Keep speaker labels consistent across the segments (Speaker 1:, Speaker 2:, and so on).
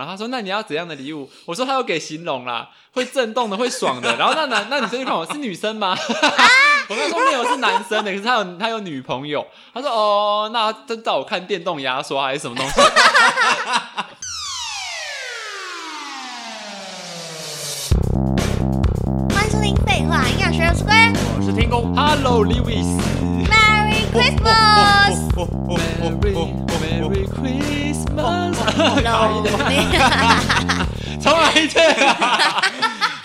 Speaker 1: 然后他说：“那你要怎样的礼物？”我说：“他有给形容啦，会震动的，会爽的。”然后那男那女生就看我是女生吗？ 我跟他说没有，是男生的，可是他有他有女朋友。他说：“哦，那他叫我看电动牙刷还是什么东西
Speaker 2: 欢迎收听《废话营养学二十关》？”
Speaker 1: 我 是天公，Hello Lewis。
Speaker 2: ，Merry Christmas！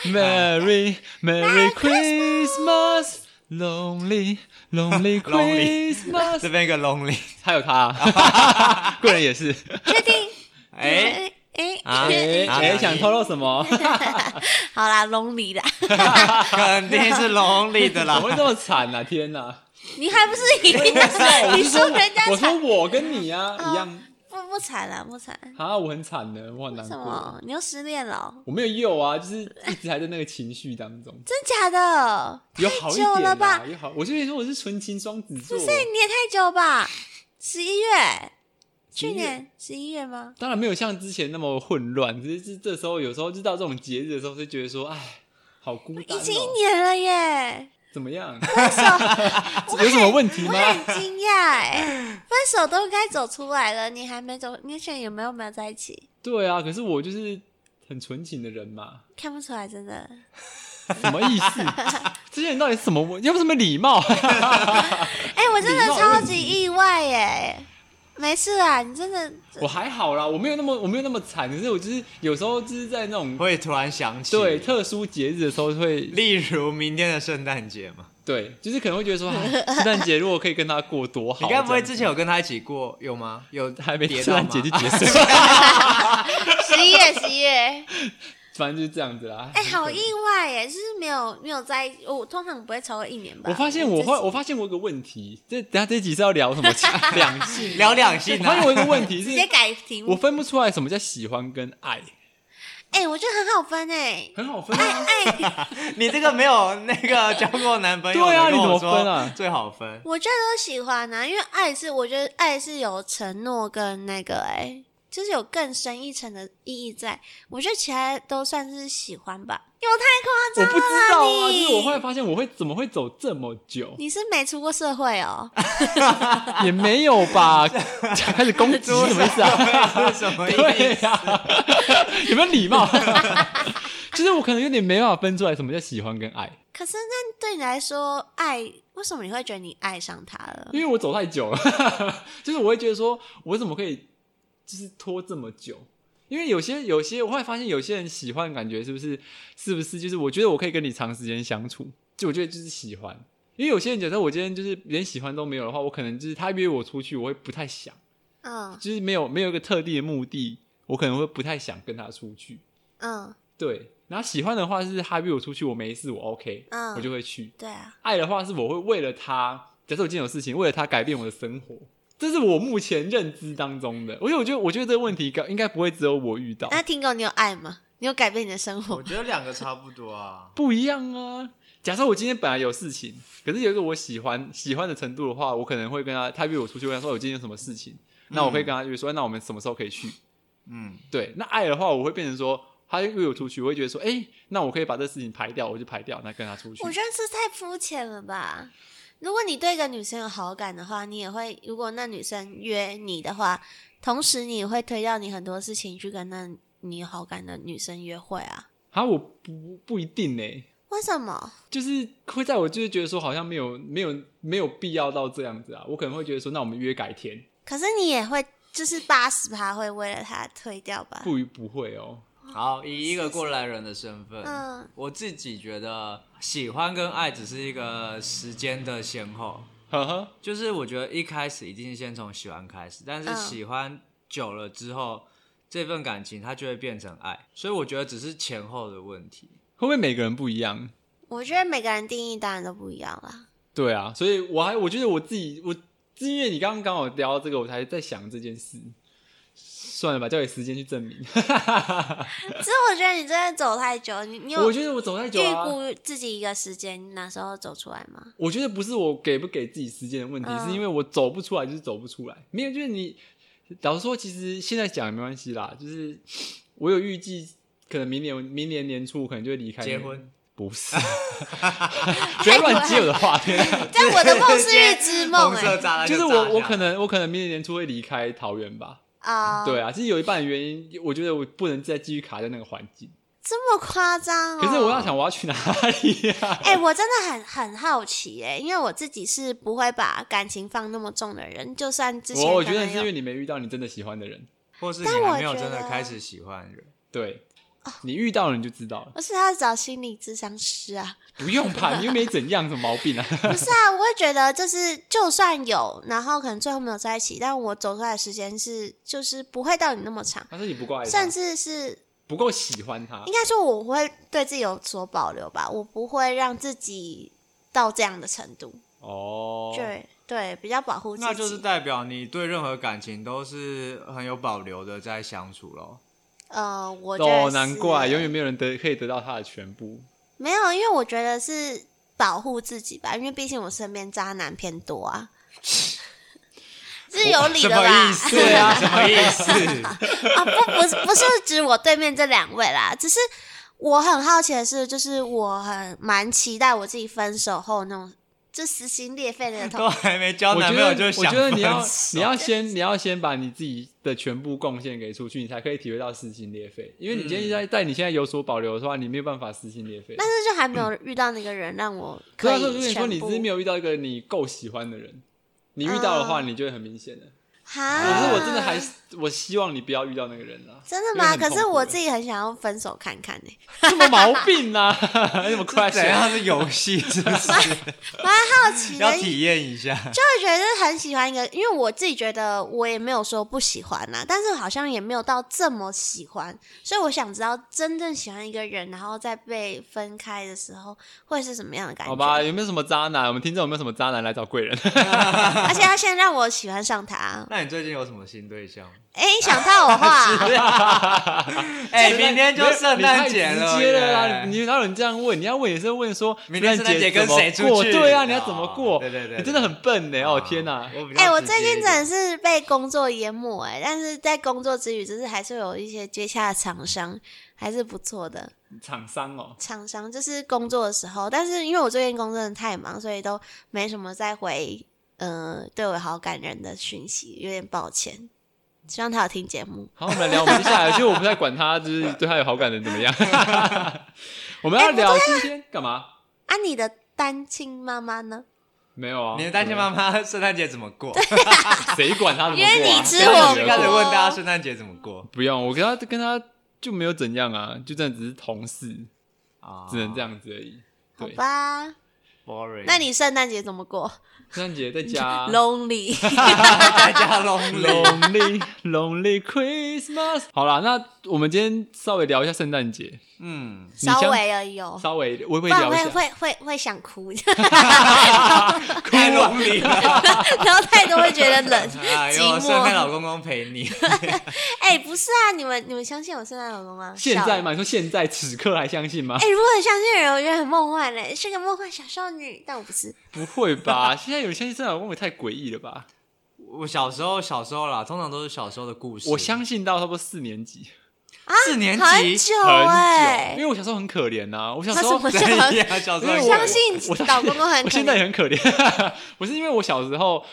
Speaker 1: Merry Merry Christmas，
Speaker 2: 老
Speaker 1: 重来一次啊！Merry Merry Christmas，Lonely Lonely Christmas，
Speaker 3: 这边一个 lonely，
Speaker 1: 还有他啊， 贵人也是。
Speaker 2: 确定？
Speaker 3: 哎，
Speaker 2: 哎
Speaker 3: 啊
Speaker 1: 哎
Speaker 3: 啊
Speaker 1: 哎，想透露什么？
Speaker 2: 好啦，龙里啦，
Speaker 3: 哎肯定是 lonely 的
Speaker 1: 怎
Speaker 3: 啦
Speaker 1: 么。会这么惨啊？天哪！
Speaker 2: 你还不是赢
Speaker 1: 我
Speaker 2: 了？你
Speaker 1: 是
Speaker 2: 说人家
Speaker 1: 我说
Speaker 2: 惨
Speaker 1: 我跟你啊一样
Speaker 2: 不不惨啦，不惨。
Speaker 1: 啊，我很惨的，我很难
Speaker 2: 嗯为什
Speaker 1: 过。
Speaker 2: 么？你又失恋了哦？
Speaker 1: 我没有诱啊，就是一直还在那个情绪当中。
Speaker 2: 真假的？
Speaker 1: 有好一
Speaker 2: 久
Speaker 1: 点
Speaker 2: 了
Speaker 1: 啦
Speaker 2: 吧
Speaker 1: 有好，我就跟你说我是纯情双子座。
Speaker 2: 不是，你也太久吧？十一月，
Speaker 1: 十一
Speaker 2: 去
Speaker 1: 月
Speaker 2: 年十一月吗？
Speaker 1: 当然没有像之前那么混乱，只是这这时候有时候就到这种节日的时候，就觉得说，哎，好孤单、
Speaker 2: 已
Speaker 1: 哦。
Speaker 2: 经一年了耶！
Speaker 1: 怎么样？
Speaker 2: 分手，
Speaker 1: 有什么问题
Speaker 2: 我
Speaker 1: 吗？
Speaker 2: 很惊讶哎，分手都该走出来了，你还没走，你选有没有没有在一起？
Speaker 1: 对啊，可是我就是很纯情的人嘛，
Speaker 2: 看不出来，真的。
Speaker 1: 什么意思？ 这些人到底是什么？要不什么礼貌？
Speaker 2: 哎、我真的超级意外耶！没事啊，你真的
Speaker 1: 我还好啦，我没有那么我没有那么惨，可是我就是有时候就是在那种
Speaker 3: 会突然想起，
Speaker 1: 对，特殊节日的时候会
Speaker 3: 例如明天的圣诞节嘛。
Speaker 1: 对，就是可能会觉得说， 哎圣诞节如果可以跟他过多好。
Speaker 3: 你该不会
Speaker 1: 这
Speaker 3: 之前有跟他一起过有吗？有
Speaker 1: 样还没
Speaker 3: 跌
Speaker 1: 圣
Speaker 3: 到
Speaker 1: 诞
Speaker 3: 吗
Speaker 1: 节就
Speaker 3: 啊
Speaker 1: 结束？
Speaker 2: 十一 月十一月，
Speaker 1: 反正就是这样子啦。
Speaker 2: 哎、好意外耶！就是没有没有在，我通常不会超过一年吧。
Speaker 1: 我发现我会，我发现我有个问题，这等下这集是要聊什 么两 性？
Speaker 3: 聊两性
Speaker 1: 我发
Speaker 3: 啊
Speaker 1: 现 我有个问题
Speaker 2: 直
Speaker 1: 是，
Speaker 2: 接改题
Speaker 1: 我
Speaker 2: 目。
Speaker 1: 分不出来什么叫喜欢跟爱，
Speaker 2: 哎、我觉得很好分哎，
Speaker 1: 很好分
Speaker 2: 爱
Speaker 1: 啊。
Speaker 2: 爱，
Speaker 3: 你这个没有那个交过男朋友的，
Speaker 1: 对啊
Speaker 3: 跟我
Speaker 1: 你怎么分啊
Speaker 3: 说最好分，
Speaker 2: 我觉得都喜欢啊，因为爱是我觉得爱是有承诺跟那个哎，就是有更深一层的意义在。我觉得其他都算是喜欢吧，有
Speaker 1: 我
Speaker 2: 太夸张
Speaker 1: 不知道啊，就
Speaker 2: 了你
Speaker 1: 是我后来发现我会怎么会走这么久，
Speaker 2: 你是啊没出过社会哦。
Speaker 1: 也没有 吧？开始攻击什么意思 啊？
Speaker 3: 这是什么意
Speaker 1: 对
Speaker 3: 思？
Speaker 1: 呀、 有没有礼貌？就是我可能有点没办法分出来什么叫喜欢跟爱，
Speaker 2: 可是那对你来说，爱为什么你会觉得你爱上他了？
Speaker 1: 因为我走太久了， 就是我会觉得说，我怎么可以就是拖这么久？因为有些有些，我后来发现有些人喜欢，感觉是不是是不是就是我觉得我可以跟你长时间相处，就我觉得就是喜欢。因为有些人假设我今天就是连喜欢都没有的话，我可能就是他约我出去，我会不太想，
Speaker 2: 嗯
Speaker 1: 就是没有没有一个特定的目的，我可能会不太想跟他出去。
Speaker 2: 嗯，
Speaker 1: 对，然后喜欢的话是他约我出去，我没事，我 OK，、
Speaker 2: 嗯
Speaker 1: 我就会去。
Speaker 2: 对啊，
Speaker 1: 爱的话是我会为了他，假设我今天有事情，为了他改变我的生活，这是我目前认知当中的。而且我觉得，我觉得这个问题应该应该不会只有我遇到，
Speaker 2: 哦那听狗你有爱吗？你有改变你的生活
Speaker 3: 我
Speaker 2: 吗？
Speaker 3: 觉得两个差不多啊。
Speaker 1: 不一样啊。假设我今天本来有事情，可是有一个我喜欢喜欢的程度的话，我可能会跟他，他约我出去，我跟他说我今天有什么事情，那我会跟他约说，哎那我们什么时候可以去？
Speaker 3: 嗯，
Speaker 1: 对，那爱的话，我会变成说。他约我出去，我会觉得说，哎、那我可以把这事情排掉，我就排掉，那跟他出去。
Speaker 2: 我觉得这太肤浅了吧。如果你对一个女生有好感的话，你也会；如果那女生约你的话，同时你也会推掉你很多事情去跟那你有好感的女生约会啊？
Speaker 1: 啊，我不不一定呢、欸
Speaker 2: 为什么？
Speaker 1: 就是会在我就是觉得说好像没有没有没有必要到这样子啊，我可能会觉得说那我们约改天，
Speaker 2: 可是你也会，就是八十趴会为了他推掉吧？
Speaker 1: 不不会哦，
Speaker 3: 好，以一个过来人的身份，
Speaker 2: 嗯
Speaker 3: 我自己觉得喜欢跟爱只是一个时间的先后，
Speaker 1: 呵呵，
Speaker 3: 就是我觉得一开始一定是先从喜欢开始，但是
Speaker 2: 嗯
Speaker 3: 喜欢久了之后，这份感情它就会变成爱，所以我觉得只是前后的问题。
Speaker 1: 会不会每个人不一样？
Speaker 2: 我觉得每个人定义当然都不一样啦。
Speaker 1: 对啊，所以我还我觉得我自己我因为你刚刚刚好聊到这个，我才在想这件事。算了吧，交给时间去证明。
Speaker 2: 只是我觉得你真的走太久，你你有
Speaker 1: 我觉得我走太久
Speaker 2: 预
Speaker 1: 啊，
Speaker 2: 估自己一个时间哪时候走出来吗？
Speaker 1: 我觉得不是我给不给自己时间的问题，
Speaker 2: 嗯
Speaker 1: 是因为我走不出来，就是走不出来。没有，就是你老实说，其实现在讲也没关系啦，就是 我有预计，可能明年明年年初我可能就会离开。
Speaker 3: 结婚？
Speaker 1: 不 是，不要乱接我的 话题。
Speaker 2: 但我的梦是预知梦
Speaker 3: 红
Speaker 2: 哎
Speaker 3: 色、炸弹
Speaker 1: 就是
Speaker 3: 炸下
Speaker 1: 我，
Speaker 3: 来
Speaker 1: 我可能我可能明年年初会离开桃园吧。
Speaker 2: 啊、
Speaker 1: 对啊，其实有一半的原因，我觉得我不能再继续卡在那个环境。
Speaker 2: 这么夸张哦。
Speaker 1: 可是我要想我要去哪里啊呀、
Speaker 2: 哎、我真的很很好奇哎、因为我自己是不会把感情放那么重的人，就算之前
Speaker 1: 我我
Speaker 2: 可
Speaker 1: 觉得
Speaker 2: 能
Speaker 1: 是因
Speaker 2: 有
Speaker 1: 为你没遇到你真的喜欢的人，
Speaker 3: 或是你
Speaker 2: 但我
Speaker 3: 还没有真
Speaker 2: 觉
Speaker 3: 的
Speaker 2: 得
Speaker 3: 开始喜欢人，
Speaker 1: 对。
Speaker 2: 哦
Speaker 1: 你遇到了你就知道了，
Speaker 2: 我是要找心理咨商师啊，
Speaker 1: 不用怕，你又没怎样，什么毛病 啊？
Speaker 2: 不是啊，我会觉得就是就算有，然后可能最后没有在一起，但我走出来的时间是就是不会到你那么长，
Speaker 1: 他说你不
Speaker 3: 啊
Speaker 1: 够爱他
Speaker 2: 甚，至是
Speaker 1: 不够喜欢他
Speaker 2: 应，该说我会对自己有所保留吧，我不会让自己到这样的程度，
Speaker 1: 哦，
Speaker 2: 对对，比较保护自己。
Speaker 3: 那就是代表你对任何感情都是很有保留的在相处咯。
Speaker 2: 呃，我觉得
Speaker 1: 哦，难怪
Speaker 2: 是
Speaker 1: 永远没有人得可以得到他的全部。
Speaker 2: 没有，因为我觉得是保护自己吧，因为毕竟我身边渣男偏多啊，是有理
Speaker 3: 什
Speaker 2: 的
Speaker 3: 么
Speaker 2: 吧
Speaker 3: 意？思？啊？ 什么意 思？
Speaker 2: 啊，不，不是，不是指我对面这两位啦，只是我很好奇的是，就是我很蛮期待我自己分手后那种就撕心裂肺的
Speaker 3: 都
Speaker 2: 痛。
Speaker 3: 还没交
Speaker 1: 我
Speaker 3: 男
Speaker 1: 觉
Speaker 3: 朋友
Speaker 1: 得，
Speaker 3: 就
Speaker 1: 我
Speaker 3: 想
Speaker 1: 觉得你要
Speaker 3: 分手
Speaker 1: 你要先你要先把你自己的全部贡献给出去，你才可以体会到撕心裂肺。因为你今天
Speaker 3: 嗯
Speaker 1: 在在你现在有所保留的话，你没有办法撕心裂肺。
Speaker 2: 但是就还没有遇到那个人让我
Speaker 1: 可
Speaker 2: 可
Speaker 1: 是
Speaker 2: 以
Speaker 1: 你说
Speaker 2: 全
Speaker 1: 你只
Speaker 2: 部
Speaker 1: 是没有遇到一个你够喜欢的人，你遇到的话，你就会很明显的。
Speaker 2: 哈，
Speaker 1: 可是我真的还是我希望你不要遇到那个人啊，
Speaker 2: 真的
Speaker 1: 因为
Speaker 2: 吗？
Speaker 1: 很
Speaker 2: 可
Speaker 1: 痛
Speaker 2: 是
Speaker 1: 苦
Speaker 2: 我
Speaker 1: 了
Speaker 2: 自己很想要分手看 看呢、
Speaker 1: 什么毛病啊？ 什么 crash？
Speaker 3: 怎样是游戏？是不是
Speaker 2: 蛮好奇
Speaker 3: 要
Speaker 2: 的，
Speaker 3: 体验一下？
Speaker 2: 就会觉得很喜欢一个，因为我自己觉得我也没有说不喜欢啦，但是好像也没有到这么喜欢，所以我想知道真正喜欢一个人，然后在被分开的时候会是什么样的感觉。
Speaker 1: 好吧，有没有什么渣男？我们听众有没有什么渣男来找贵人？
Speaker 2: 而且他现在让我喜欢上他，
Speaker 3: 那你最近有什么新对象？
Speaker 2: 哎、想套我
Speaker 1: 啊
Speaker 2: 话，
Speaker 3: 哎，明天就圣诞节
Speaker 1: 你太
Speaker 3: 了
Speaker 1: 直接了啊！
Speaker 3: 耶，
Speaker 1: 你哪有人这样问？你要问也是问说
Speaker 3: 明天圣诞节跟谁
Speaker 1: 怎么过
Speaker 3: 出去
Speaker 1: 对啊，你要怎么过？
Speaker 3: 哦对对对对
Speaker 1: 你真的很笨呢！哦天哪！
Speaker 3: 我比较
Speaker 2: 哎、我
Speaker 3: 直
Speaker 2: 最
Speaker 3: 接
Speaker 2: 近
Speaker 3: 一
Speaker 2: 真
Speaker 3: 点
Speaker 2: 的是被工作淹没哎、但是在工作之余，就是还是有一些接洽的厂商还是不错的。
Speaker 1: 厂商哦，
Speaker 2: 厂商就是工作的时候，但是因为我最近工作真的太忙，所以都没什么再回呃对我有好感人的讯息，有点抱歉。希望他有听节目。
Speaker 1: 好，我们来聊我们接下来，其实我不太管他，就是对他有好感的人怎 么样。我们
Speaker 2: 哎
Speaker 1: 要
Speaker 2: 不
Speaker 1: 聊今天干嘛？
Speaker 2: 啊，你的单亲妈妈呢？
Speaker 1: 没有啊，
Speaker 3: 你的单亲妈妈圣诞节怎么过？
Speaker 1: 妈， 谁管他怎么过啊？
Speaker 2: 因为你吃
Speaker 1: 谁管
Speaker 2: 火
Speaker 1: 他怎么过
Speaker 3: 一开
Speaker 2: 锅
Speaker 3: 始问大家圣诞节怎么过
Speaker 1: 不用，我跟他跟他就没有怎样啊，就真的只是同事，
Speaker 3: 啊
Speaker 1: 只能这样子而已。
Speaker 2: 好
Speaker 1: 对，
Speaker 2: 吧，
Speaker 3: boring。
Speaker 2: 那你圣诞节怎么过
Speaker 1: 圣诞节在家啊
Speaker 2: ？Lonely，
Speaker 3: 在家隆
Speaker 1: Lonely Lonely Christmas。好啦，那我们今天稍微聊一下圣诞节，
Speaker 3: 嗯，
Speaker 1: 你
Speaker 2: 稍
Speaker 1: 先
Speaker 2: 微而已哦，
Speaker 1: 稍微微微
Speaker 2: 不然
Speaker 1: 聊一
Speaker 2: 会
Speaker 1: 下。
Speaker 2: 会会会想哭，
Speaker 3: 太隆里了。
Speaker 2: 然后太多会觉得 冷
Speaker 3: 哎
Speaker 2: 寂
Speaker 3: 呦，圣诞
Speaker 2: 寞。
Speaker 3: 老公公陪你，
Speaker 2: 哎、不是啊，你们你们相信有圣诞老公吗？
Speaker 1: 现
Speaker 2: 笑
Speaker 1: 在
Speaker 2: 了
Speaker 1: 吗？你说现在此刻还相信吗
Speaker 2: 哎、？如果很相信的人，我觉得很梦幻嘞，是个梦幻小少女，但我不是。
Speaker 1: 不会吧？ 现在有人相信圣诞老公也太诡异了吧？
Speaker 3: 我小时候小时候啦，通常都是小时候的故事。
Speaker 1: 我相信到差不多四年级，
Speaker 3: 四年
Speaker 2: 很
Speaker 3: 级
Speaker 2: 久
Speaker 1: 很
Speaker 2: 哎、
Speaker 1: 久，因为我小时候很可怜呐、我小
Speaker 2: 他
Speaker 1: 时
Speaker 2: 什
Speaker 1: 候
Speaker 2: 么时
Speaker 3: 对
Speaker 2: 候？
Speaker 3: 呀，小时
Speaker 1: 因为
Speaker 3: 候
Speaker 1: 我
Speaker 2: 相信
Speaker 1: 我
Speaker 2: 老公公很
Speaker 1: 我
Speaker 2: 可
Speaker 1: 现在
Speaker 2: 怜
Speaker 1: 也很可怜， 不是因为我小时候，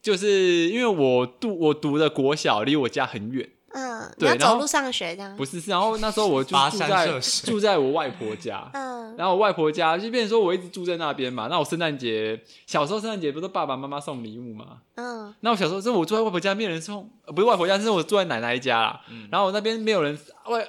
Speaker 1: 就是因为我读我读的国小离我家很远，
Speaker 2: 嗯，你
Speaker 1: 对
Speaker 2: 要
Speaker 1: 然后
Speaker 2: 走路上学这样
Speaker 1: 不。是是，然后那时候 我就
Speaker 3: 跋
Speaker 1: 住
Speaker 3: 山
Speaker 1: 在
Speaker 3: 涉水
Speaker 1: 住在我外婆家，
Speaker 2: 嗯，
Speaker 1: 然后我外婆家就变成说我一直住在那边嘛。那我圣诞节小时候圣诞节不是爸爸妈妈送礼物嘛？
Speaker 2: 嗯，
Speaker 1: 那我小时候是我住在外婆家，没有人送，呃不是外婆家，是我住在奶奶家啦。
Speaker 3: 嗯
Speaker 1: 然后我那边没有人外。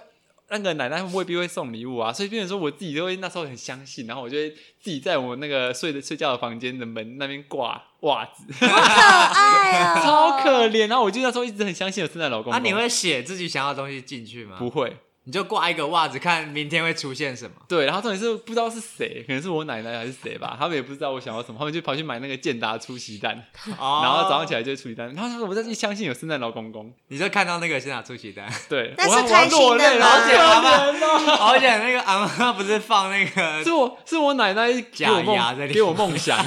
Speaker 1: 那个奶奶未必会送礼物啊，所以变成说我自己就会那时候很相信，然后我就会自己在我那个睡的睡觉的房间的门那边挂袜子，
Speaker 2: 可爱啊、
Speaker 1: 超可怜。然后我就那时候一直很相信有圣诞老公公。
Speaker 3: 啊，你会写自己想要的东西进去吗？
Speaker 1: 不，会？
Speaker 3: 你就挂一个袜子，看明天会出现什 么。
Speaker 1: 对，然后重点是不知道是谁，可能是我奶奶还是谁吧，他们也不知道我想要什么，他们就跑去买那个健达出奇蛋，然
Speaker 3: 然
Speaker 1: 后早上起来就会出奇蛋。然后我再去相信有圣诞老公公，
Speaker 3: 你就看到那个先拿出奇 蛋，
Speaker 1: 对，
Speaker 2: 那
Speaker 1: 我
Speaker 2: 是
Speaker 1: 要
Speaker 2: 开
Speaker 1: 我要落
Speaker 2: 心的
Speaker 1: 泪了，
Speaker 2: 吗
Speaker 1: 好可怜哦。
Speaker 3: 而且那个阿妈不是放那个
Speaker 1: 是我是我奶奶给我
Speaker 3: 假牙在
Speaker 1: 梦
Speaker 3: 里
Speaker 1: 给我梦想，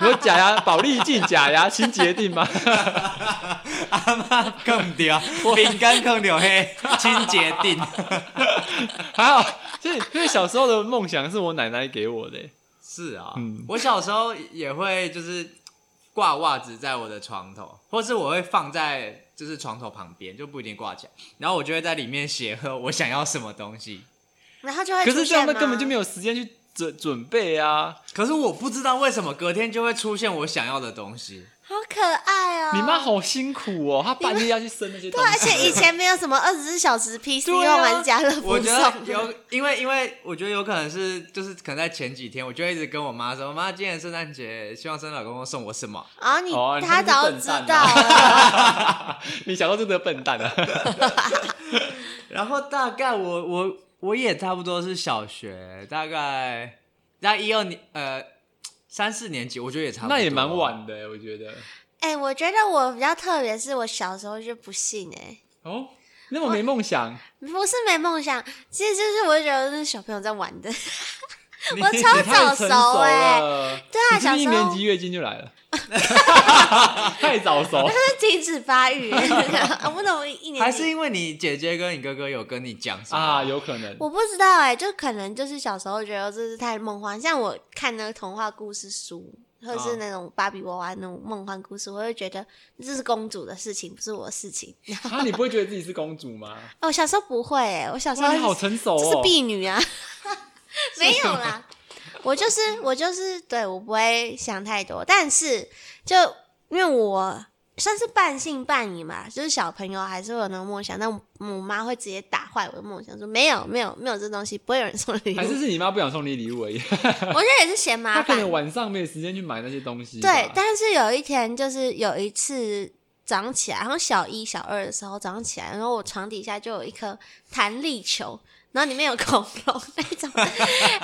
Speaker 1: 我说假牙保利进假牙清洁定吗？
Speaker 3: 阿妈更 屌，饼干更屌嘿，清洁定。
Speaker 1: 还好，所以因为小时候的梦想是我奶奶给我的欸、
Speaker 3: 是啊、
Speaker 1: 嗯
Speaker 3: 我小时候也会就是挂袜子在我的床头，或是我会放在就是床头旁边，就不一定挂起来。然后我就会在里面写呵我想要什么东西，
Speaker 2: 然后就会
Speaker 1: 可是这样的根本就没
Speaker 2: 有。
Speaker 1: 有时间去准准备啊！
Speaker 3: 可是我不知道为什么隔天就会出现我想要的 东西。
Speaker 2: 好可爱哦！
Speaker 1: 你妈好辛苦哦，她半夜要去生那些东
Speaker 2: 对，啊而
Speaker 1: 西。
Speaker 2: 且以前没有什么二十四小时 PC
Speaker 3: 对
Speaker 2: 用
Speaker 3: 啊
Speaker 2: 玩家乐福
Speaker 3: 我觉得
Speaker 2: 送的，
Speaker 3: 有，因为因为我觉得有可能是就是可能在前几天，我就一直跟我妈说，妈今天圣诞节，希望圣诞老公公送我什么。
Speaker 2: 然后你
Speaker 1: 哦你
Speaker 2: 他
Speaker 1: 真是
Speaker 2: 早
Speaker 1: 笨
Speaker 2: 知
Speaker 1: 蛋
Speaker 2: 道
Speaker 1: 啊
Speaker 2: 了，
Speaker 1: 你小时候真的笨蛋啊！
Speaker 3: 然后大概我我我也差不多是小学，大概在一二年呃三四年级，我觉得也差不多，啊
Speaker 1: 那也蛮。晚的欸，我觉得。
Speaker 2: 哎、我觉得我比较特别，是我小时候就不信哎、
Speaker 1: 哦，那么没梦想，
Speaker 2: 不是没梦想，其实就是我觉得是小朋友在玩的。
Speaker 3: 你
Speaker 2: 我超
Speaker 1: 你太
Speaker 2: 早
Speaker 1: 成
Speaker 2: 熟
Speaker 1: 熟
Speaker 2: 哎、
Speaker 1: 了。
Speaker 2: 对啊
Speaker 1: 你是不是一
Speaker 2: 小时候
Speaker 1: 年级月经就来 了，太早熟。
Speaker 2: 是停止 发育、欸，我不懂一年级
Speaker 3: 还是因为你姐姐跟你哥哥有跟你讲什么
Speaker 1: 啊，？有可能。
Speaker 2: 我不知道哎、就可能就是小时候觉得这是太梦幻，像我看那个童话故事书，或者是那种芭比娃娃那种梦幻故事，我会觉得这是公主的事情，不是我的事情。
Speaker 1: 啊，你不会觉得自己是公主吗？
Speaker 2: 哦，我小时候不会哎、我小时候
Speaker 1: 哇，你好
Speaker 2: 是
Speaker 1: 成熟
Speaker 2: 就
Speaker 1: 哦
Speaker 2: 是。婢 女啊，没有啦，我就是我就是对我不会想太多，但是就因为我算是半信半疑嘛，就是小朋友还是会有那种梦想，但我我妈会直接打坏我的梦想，说没有没有没有这东西，不会有人送礼物
Speaker 1: 还。是是你妈不想送你礼物而已，
Speaker 2: 我觉得也是嫌麻
Speaker 1: 她可
Speaker 2: 烦
Speaker 1: 能。晚上没有时间去买那些东西吧。
Speaker 2: 对，但是有一天就是有一次早上起来，然后小一小二的时候早上起来，然后我床底下就有一颗弹力球，然后里面有恐龙那 种，然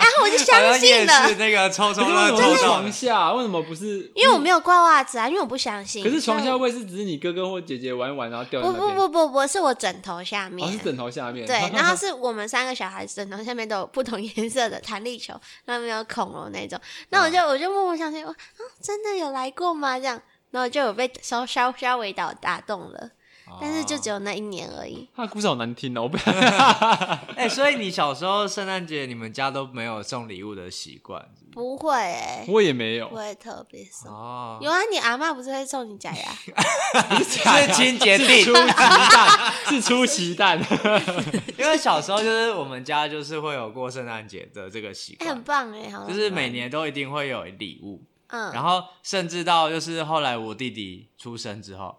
Speaker 2: 后我就相信
Speaker 3: 好像也是
Speaker 2: 了，
Speaker 3: 那个抽抽
Speaker 1: 可是为
Speaker 3: 乐
Speaker 1: 什么
Speaker 3: 抽
Speaker 1: 是
Speaker 3: 到
Speaker 1: 床
Speaker 3: 的，
Speaker 1: 下？啊为什么不是？
Speaker 2: 因为我没有挂袜子啊，因为我不相信。
Speaker 1: 可是床下
Speaker 2: 所以
Speaker 1: 会不会是只是你哥哥或姐姐玩一玩然后掉在
Speaker 2: 我
Speaker 1: 那
Speaker 2: 不不
Speaker 1: 边？
Speaker 2: 不不不是我枕头下面。
Speaker 1: 哦，是枕头 下面。
Speaker 2: 对，然后是我们三个小孩子枕头下面都有不同颜色的弹力球，然后没有恐龙那种。那
Speaker 1: 哦
Speaker 2: 我就我就默默相信，我啊，真的有来过吗？这样，然后就有被稍稍稍微打打动了。
Speaker 3: 哦
Speaker 2: 但是就只有那一年而已。
Speaker 1: 他的故事好难听哦，我不
Speaker 3: 哎、所以你小时候圣诞节你们家都没有送礼物的习惯
Speaker 2: 不会哎、
Speaker 1: 我也没
Speaker 2: 不
Speaker 1: 有。
Speaker 2: 会特别送。
Speaker 3: 哦，
Speaker 2: 有啊，你阿妈不是会送你假牙？
Speaker 3: 是清洁定
Speaker 1: 出奇 蛋是出奇蛋，
Speaker 3: 因为小时候就是我们家就是会有过圣诞节的这个习
Speaker 2: 哎很
Speaker 3: 惯，
Speaker 2: 棒哎、好。
Speaker 3: 就是每年都一定会有礼物，
Speaker 2: 嗯
Speaker 3: 然后甚至到就是后来我弟弟出生之后，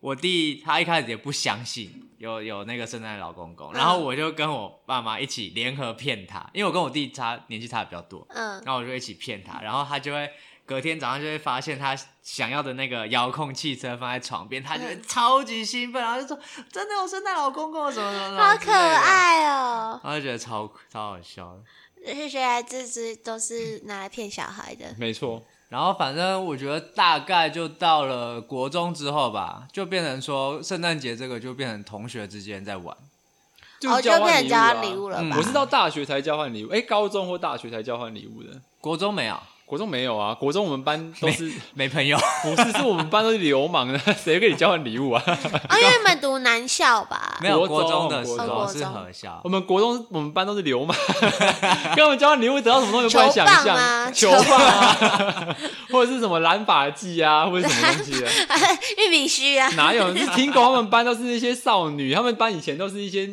Speaker 3: 我弟他一开始也不相信有有那个圣诞老公公，
Speaker 2: 嗯
Speaker 3: 然后我就跟我爸妈一起联合骗他，因为我跟我弟差年纪差的比较多，
Speaker 2: 嗯，
Speaker 3: 然后我就一起骗 他，然后他就会隔天早上就会发现他想要的那个遥控汽车放在床边，他就会
Speaker 2: 嗯
Speaker 3: 超级兴奋，然后就说真的有圣诞老公公什么什么什么，
Speaker 2: 好可，爱哦、
Speaker 3: 然后就觉得超超好笑的。
Speaker 2: 就是原来这只都是拿来骗小孩的。
Speaker 1: 没错。
Speaker 3: 然后反正我觉得大概就到了国中之后吧，就变成说圣诞节这个就变成同学之间在玩，
Speaker 2: 哦，就
Speaker 1: 交
Speaker 2: 变
Speaker 1: 换
Speaker 2: 成
Speaker 1: 礼
Speaker 2: 交换
Speaker 1: 啊
Speaker 2: 礼物了
Speaker 3: 嗯
Speaker 2: 吧？
Speaker 1: 我是到大学才交换礼物，哎、高中或大学才交换礼物的。
Speaker 3: 国中没有
Speaker 1: 国中没有啊，国中我们班都是
Speaker 3: 没朋友，
Speaker 1: 不是是我们班都是流氓的， 谁跟你交换礼物啊？
Speaker 2: 啊，因为你们读男校吧？
Speaker 3: 没有
Speaker 1: 国
Speaker 3: 国
Speaker 1: 中
Speaker 3: 中的时
Speaker 2: 国
Speaker 3: 候
Speaker 2: 中
Speaker 3: 是合校
Speaker 1: 我，们国中我们班都是流氓， 跟我们交换礼物得到什么东西都不敢想
Speaker 2: 球棒吗
Speaker 1: 象，球棒啊， 或者是什么蓝发剂啊，或者什么东西的，
Speaker 2: 玉米须啊，
Speaker 1: 哪有？是听狗他们班都是那些少女，他们班以前都是一些
Speaker 2: 是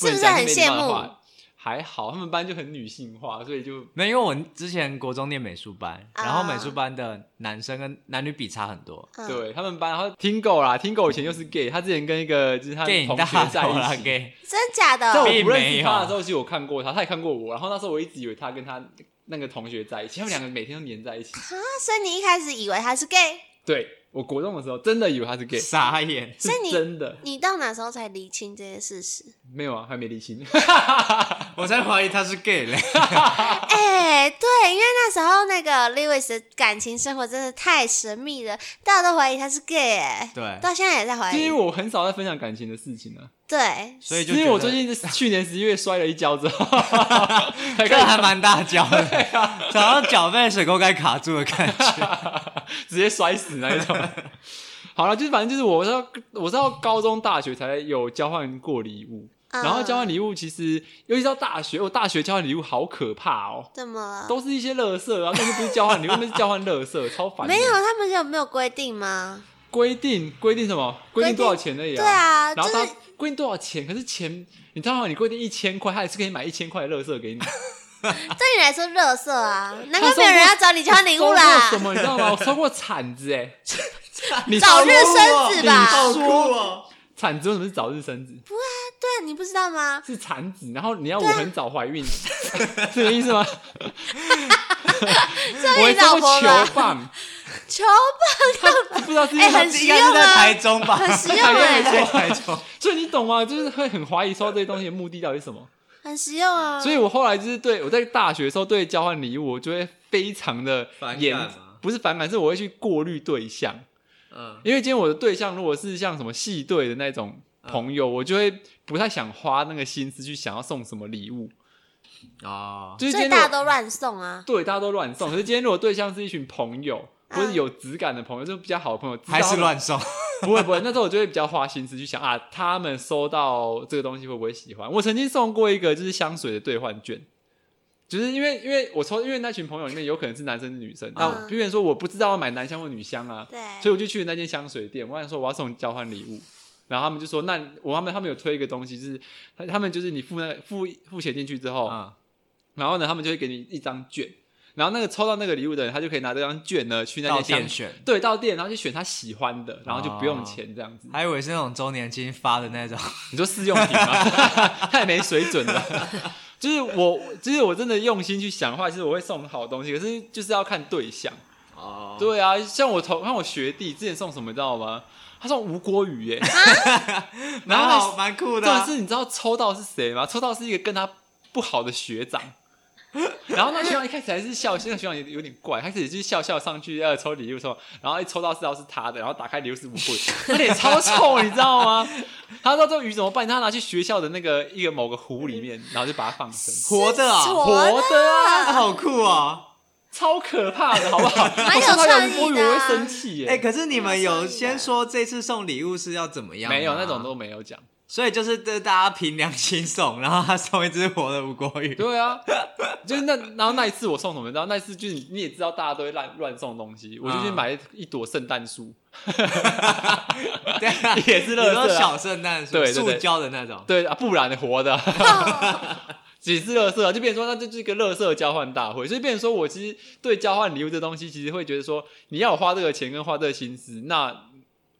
Speaker 2: 不是
Speaker 1: 能讲
Speaker 2: 很
Speaker 1: 内
Speaker 2: 羡
Speaker 1: 地漫
Speaker 2: 慕
Speaker 1: 画？还好，他们班就很女性化，所以就
Speaker 3: 没有，因为我之前国中念美术班，
Speaker 2: 啊
Speaker 3: 然后美术班的男生跟男女比差很多，
Speaker 2: 嗯，
Speaker 1: 对他们班，然后听狗啦，听狗以前又是 gay，他之前跟一个就是他
Speaker 3: 电
Speaker 1: 的
Speaker 3: 影
Speaker 1: 同
Speaker 3: 大
Speaker 1: 学在
Speaker 3: 头啦
Speaker 1: 一起，
Speaker 3: 给。
Speaker 2: 真假
Speaker 1: 在
Speaker 2: 的？啊
Speaker 1: 我不认
Speaker 3: 并没
Speaker 1: 识
Speaker 3: 有
Speaker 1: 他的时候，其实我看过他，他也看过我。然后那时候我一直以为他跟他那个同学在一起，他们两个每天都黏在一起。
Speaker 2: 那所以你一开始以为他是 gay，
Speaker 1: 对我国中的时候，真的以为他是 gay，是
Speaker 3: 傻眼。
Speaker 2: 所以你
Speaker 1: 真的
Speaker 2: 你到哪时候才理清这些事实？
Speaker 1: 没有啊，还没理 清。
Speaker 3: 我才怀疑他是 gay 嘞。
Speaker 2: 哎、对，因为那时候那个 Lewis 的感情生活真的太神秘了，大家都怀疑他是 gay，哎、
Speaker 3: 对，
Speaker 2: 到现在也在怀
Speaker 1: 因为
Speaker 2: 疑。
Speaker 1: 我很少在分享感情的事情啊，
Speaker 2: 对，
Speaker 3: 所以就
Speaker 1: 因为我
Speaker 3: 觉得
Speaker 1: 最近是去年十一月摔了一跤 之后，才
Speaker 3: 这还
Speaker 1: 开始
Speaker 3: 蛮大脚的，找到脚被水沟盖卡住的感觉。
Speaker 1: 直接摔死那一种。 好了，就是反正就是我是到我是到高中、大学才有交换过礼物，然后交换
Speaker 2: 嗯
Speaker 1: 礼物其实尤其到大学，哦我大学交换礼物好可怕哦、
Speaker 2: 怎么了？
Speaker 1: 都是一些垃圾啊，但是不是交换礼物，那是交换垃圾，超烦的。
Speaker 2: 没有，啊他们有没有规定吗？
Speaker 1: 规定规定什么？规定
Speaker 2: 规定
Speaker 1: 多少钱而已、
Speaker 2: 对啊
Speaker 1: 然后
Speaker 2: 就
Speaker 1: 他
Speaker 2: 是
Speaker 1: 规定多少钱？可是钱，你知道吗？你规定一千块，他也是可以买一千块的垃圾给你。
Speaker 2: 对你来说，垃圾啊，难怪
Speaker 1: 他收
Speaker 2: 没有人
Speaker 1: 过
Speaker 2: 要 找你交换礼物
Speaker 1: 收过什
Speaker 2: 啦。
Speaker 1: 么？你知道吗？我收过铲子哎、 你
Speaker 2: 早日生子吧
Speaker 1: 你
Speaker 3: 好酷
Speaker 1: 说
Speaker 3: 哦！
Speaker 1: 铲子为什么是早日生子？
Speaker 2: 对啊，你不知 道吗？
Speaker 1: 是产子，然后你要
Speaker 2: 啊
Speaker 1: 我很早怀孕， 这个意 思吗？我
Speaker 2: 你
Speaker 1: 还
Speaker 2: 老
Speaker 1: 收
Speaker 2: 婆
Speaker 1: 过球
Speaker 2: 吧，
Speaker 1: 棒，
Speaker 2: 球棒
Speaker 1: 他不知道是因
Speaker 2: 哎
Speaker 1: 为他
Speaker 2: 很
Speaker 3: 这
Speaker 2: 实
Speaker 3: 应
Speaker 2: 用
Speaker 3: 该是在
Speaker 2: 啊
Speaker 3: 台，中吧？
Speaker 2: 很实用
Speaker 1: 台中
Speaker 2: 哎、
Speaker 1: 没
Speaker 3: 在台中，
Speaker 1: 所以你懂吗？就是会很怀疑收到这些东西的目的到底是什么。
Speaker 2: 很实用啊。
Speaker 1: 所以我后来就是对我在大学的时候对交换礼物，我就会非常的
Speaker 3: 反感
Speaker 1: 严
Speaker 3: 吗，
Speaker 1: 不是反感，是我会去过滤对象。
Speaker 3: 嗯，
Speaker 1: 因为今天我的对象如果是像什么系队的那种
Speaker 3: 嗯
Speaker 1: 朋友，我就会不太想花那个心思去想要送什么礼物。
Speaker 3: 哦，
Speaker 1: 就是
Speaker 2: 所
Speaker 1: 今天
Speaker 2: 以大
Speaker 1: 如
Speaker 2: 家
Speaker 1: 果
Speaker 2: 都乱送啊。
Speaker 1: 对大家都乱送，可是今天如果对象是一群朋友。
Speaker 2: 嗯
Speaker 1: 或者有质感的朋友，就比较好的朋友，知道
Speaker 3: 还是
Speaker 1: 他们
Speaker 3: 乱送，
Speaker 1: 不会不会，那时候我就会比较花心思去想啊，他们收到这个东西会不会喜欢？我曾经送过一个就是香水的兑换券，就是因为因为我抽，因为那群朋友里面有可能是男生是女生，那我
Speaker 2: 嗯
Speaker 1: 比如说我不知道要买男香或女香啊，
Speaker 2: 对，
Speaker 1: 所以我就去那间香水店，我跟他说我要送你交换礼物，然后他们就说那我他们他们有推一个东西，就是他他们就是你付那付付钱进去之后，
Speaker 3: 嗯，
Speaker 1: 然后呢他们就会给你一张券，然后那个抽到那个礼物的人，他就可以拿这张券呢去那
Speaker 3: 到
Speaker 1: 间香
Speaker 3: 店哦选，
Speaker 1: 对，到店，然后就选他喜欢的，然后就不用钱这样子。
Speaker 3: 还以为是那种周年庆发的那种，
Speaker 1: 你说试用品 吗？太没水准了。就是我，就是我真的用心去想的话，其实我会送好东西，可是就是要看对象。
Speaker 3: 哦，
Speaker 1: 对啊，像我同看我学弟之前送什么，你知道吗？他送吴郭宇耶。然
Speaker 3: 蛮
Speaker 1: 后
Speaker 3: 好，蛮酷
Speaker 1: 重
Speaker 3: 的啊
Speaker 1: 点，是，你知道抽到是谁吗？抽到是一个跟他不好的学长。 然后那学长一开始还是笑，那个学长有有点怪，开始就是笑笑上去要抽礼物的时候，然后一抽到知道是他的，然后打开礼物是乌龟，他脸超臭，你知道吗？ 他说这个鱼怎么办？他拿去学校的那个一个某个湖里面，然后就把它放生，
Speaker 3: 活的啊，
Speaker 2: 错
Speaker 1: 活的
Speaker 3: 啊
Speaker 1: 啊，
Speaker 3: 好酷啊！
Speaker 1: 超可怕的，好不好？
Speaker 2: 有
Speaker 1: 我说他
Speaker 2: 创
Speaker 1: 有乌
Speaker 2: 意
Speaker 1: 龟，
Speaker 2: 的啊
Speaker 1: 我会生气耶。
Speaker 3: 哎、可是你们
Speaker 2: 要送
Speaker 3: 有
Speaker 2: 礼
Speaker 3: 先
Speaker 2: 的
Speaker 3: 说这次送礼物是要怎么样？
Speaker 1: 没有那种，都没有讲。
Speaker 3: 所以就是对大家凭良心送，然后他送一只活的吴国宇，
Speaker 1: 对啊，就是那然后那一次我送什么，你知道那一次就是你也知道大家都会乱乱送东西，我就去买一朵圣诞树，
Speaker 3: 对啊，
Speaker 1: 也是
Speaker 3: 你
Speaker 1: 垃圾啊
Speaker 3: 说小圣诞树，
Speaker 1: 对对
Speaker 3: 塑
Speaker 1: 对
Speaker 3: 胶的那种，
Speaker 1: 对啊，不然活的几次乐色啊，就变成说那这就是一个乐色交换大会，所以变成说我其实对交换礼物这东西，其实会觉得说你要我花这个钱跟花这个心思，那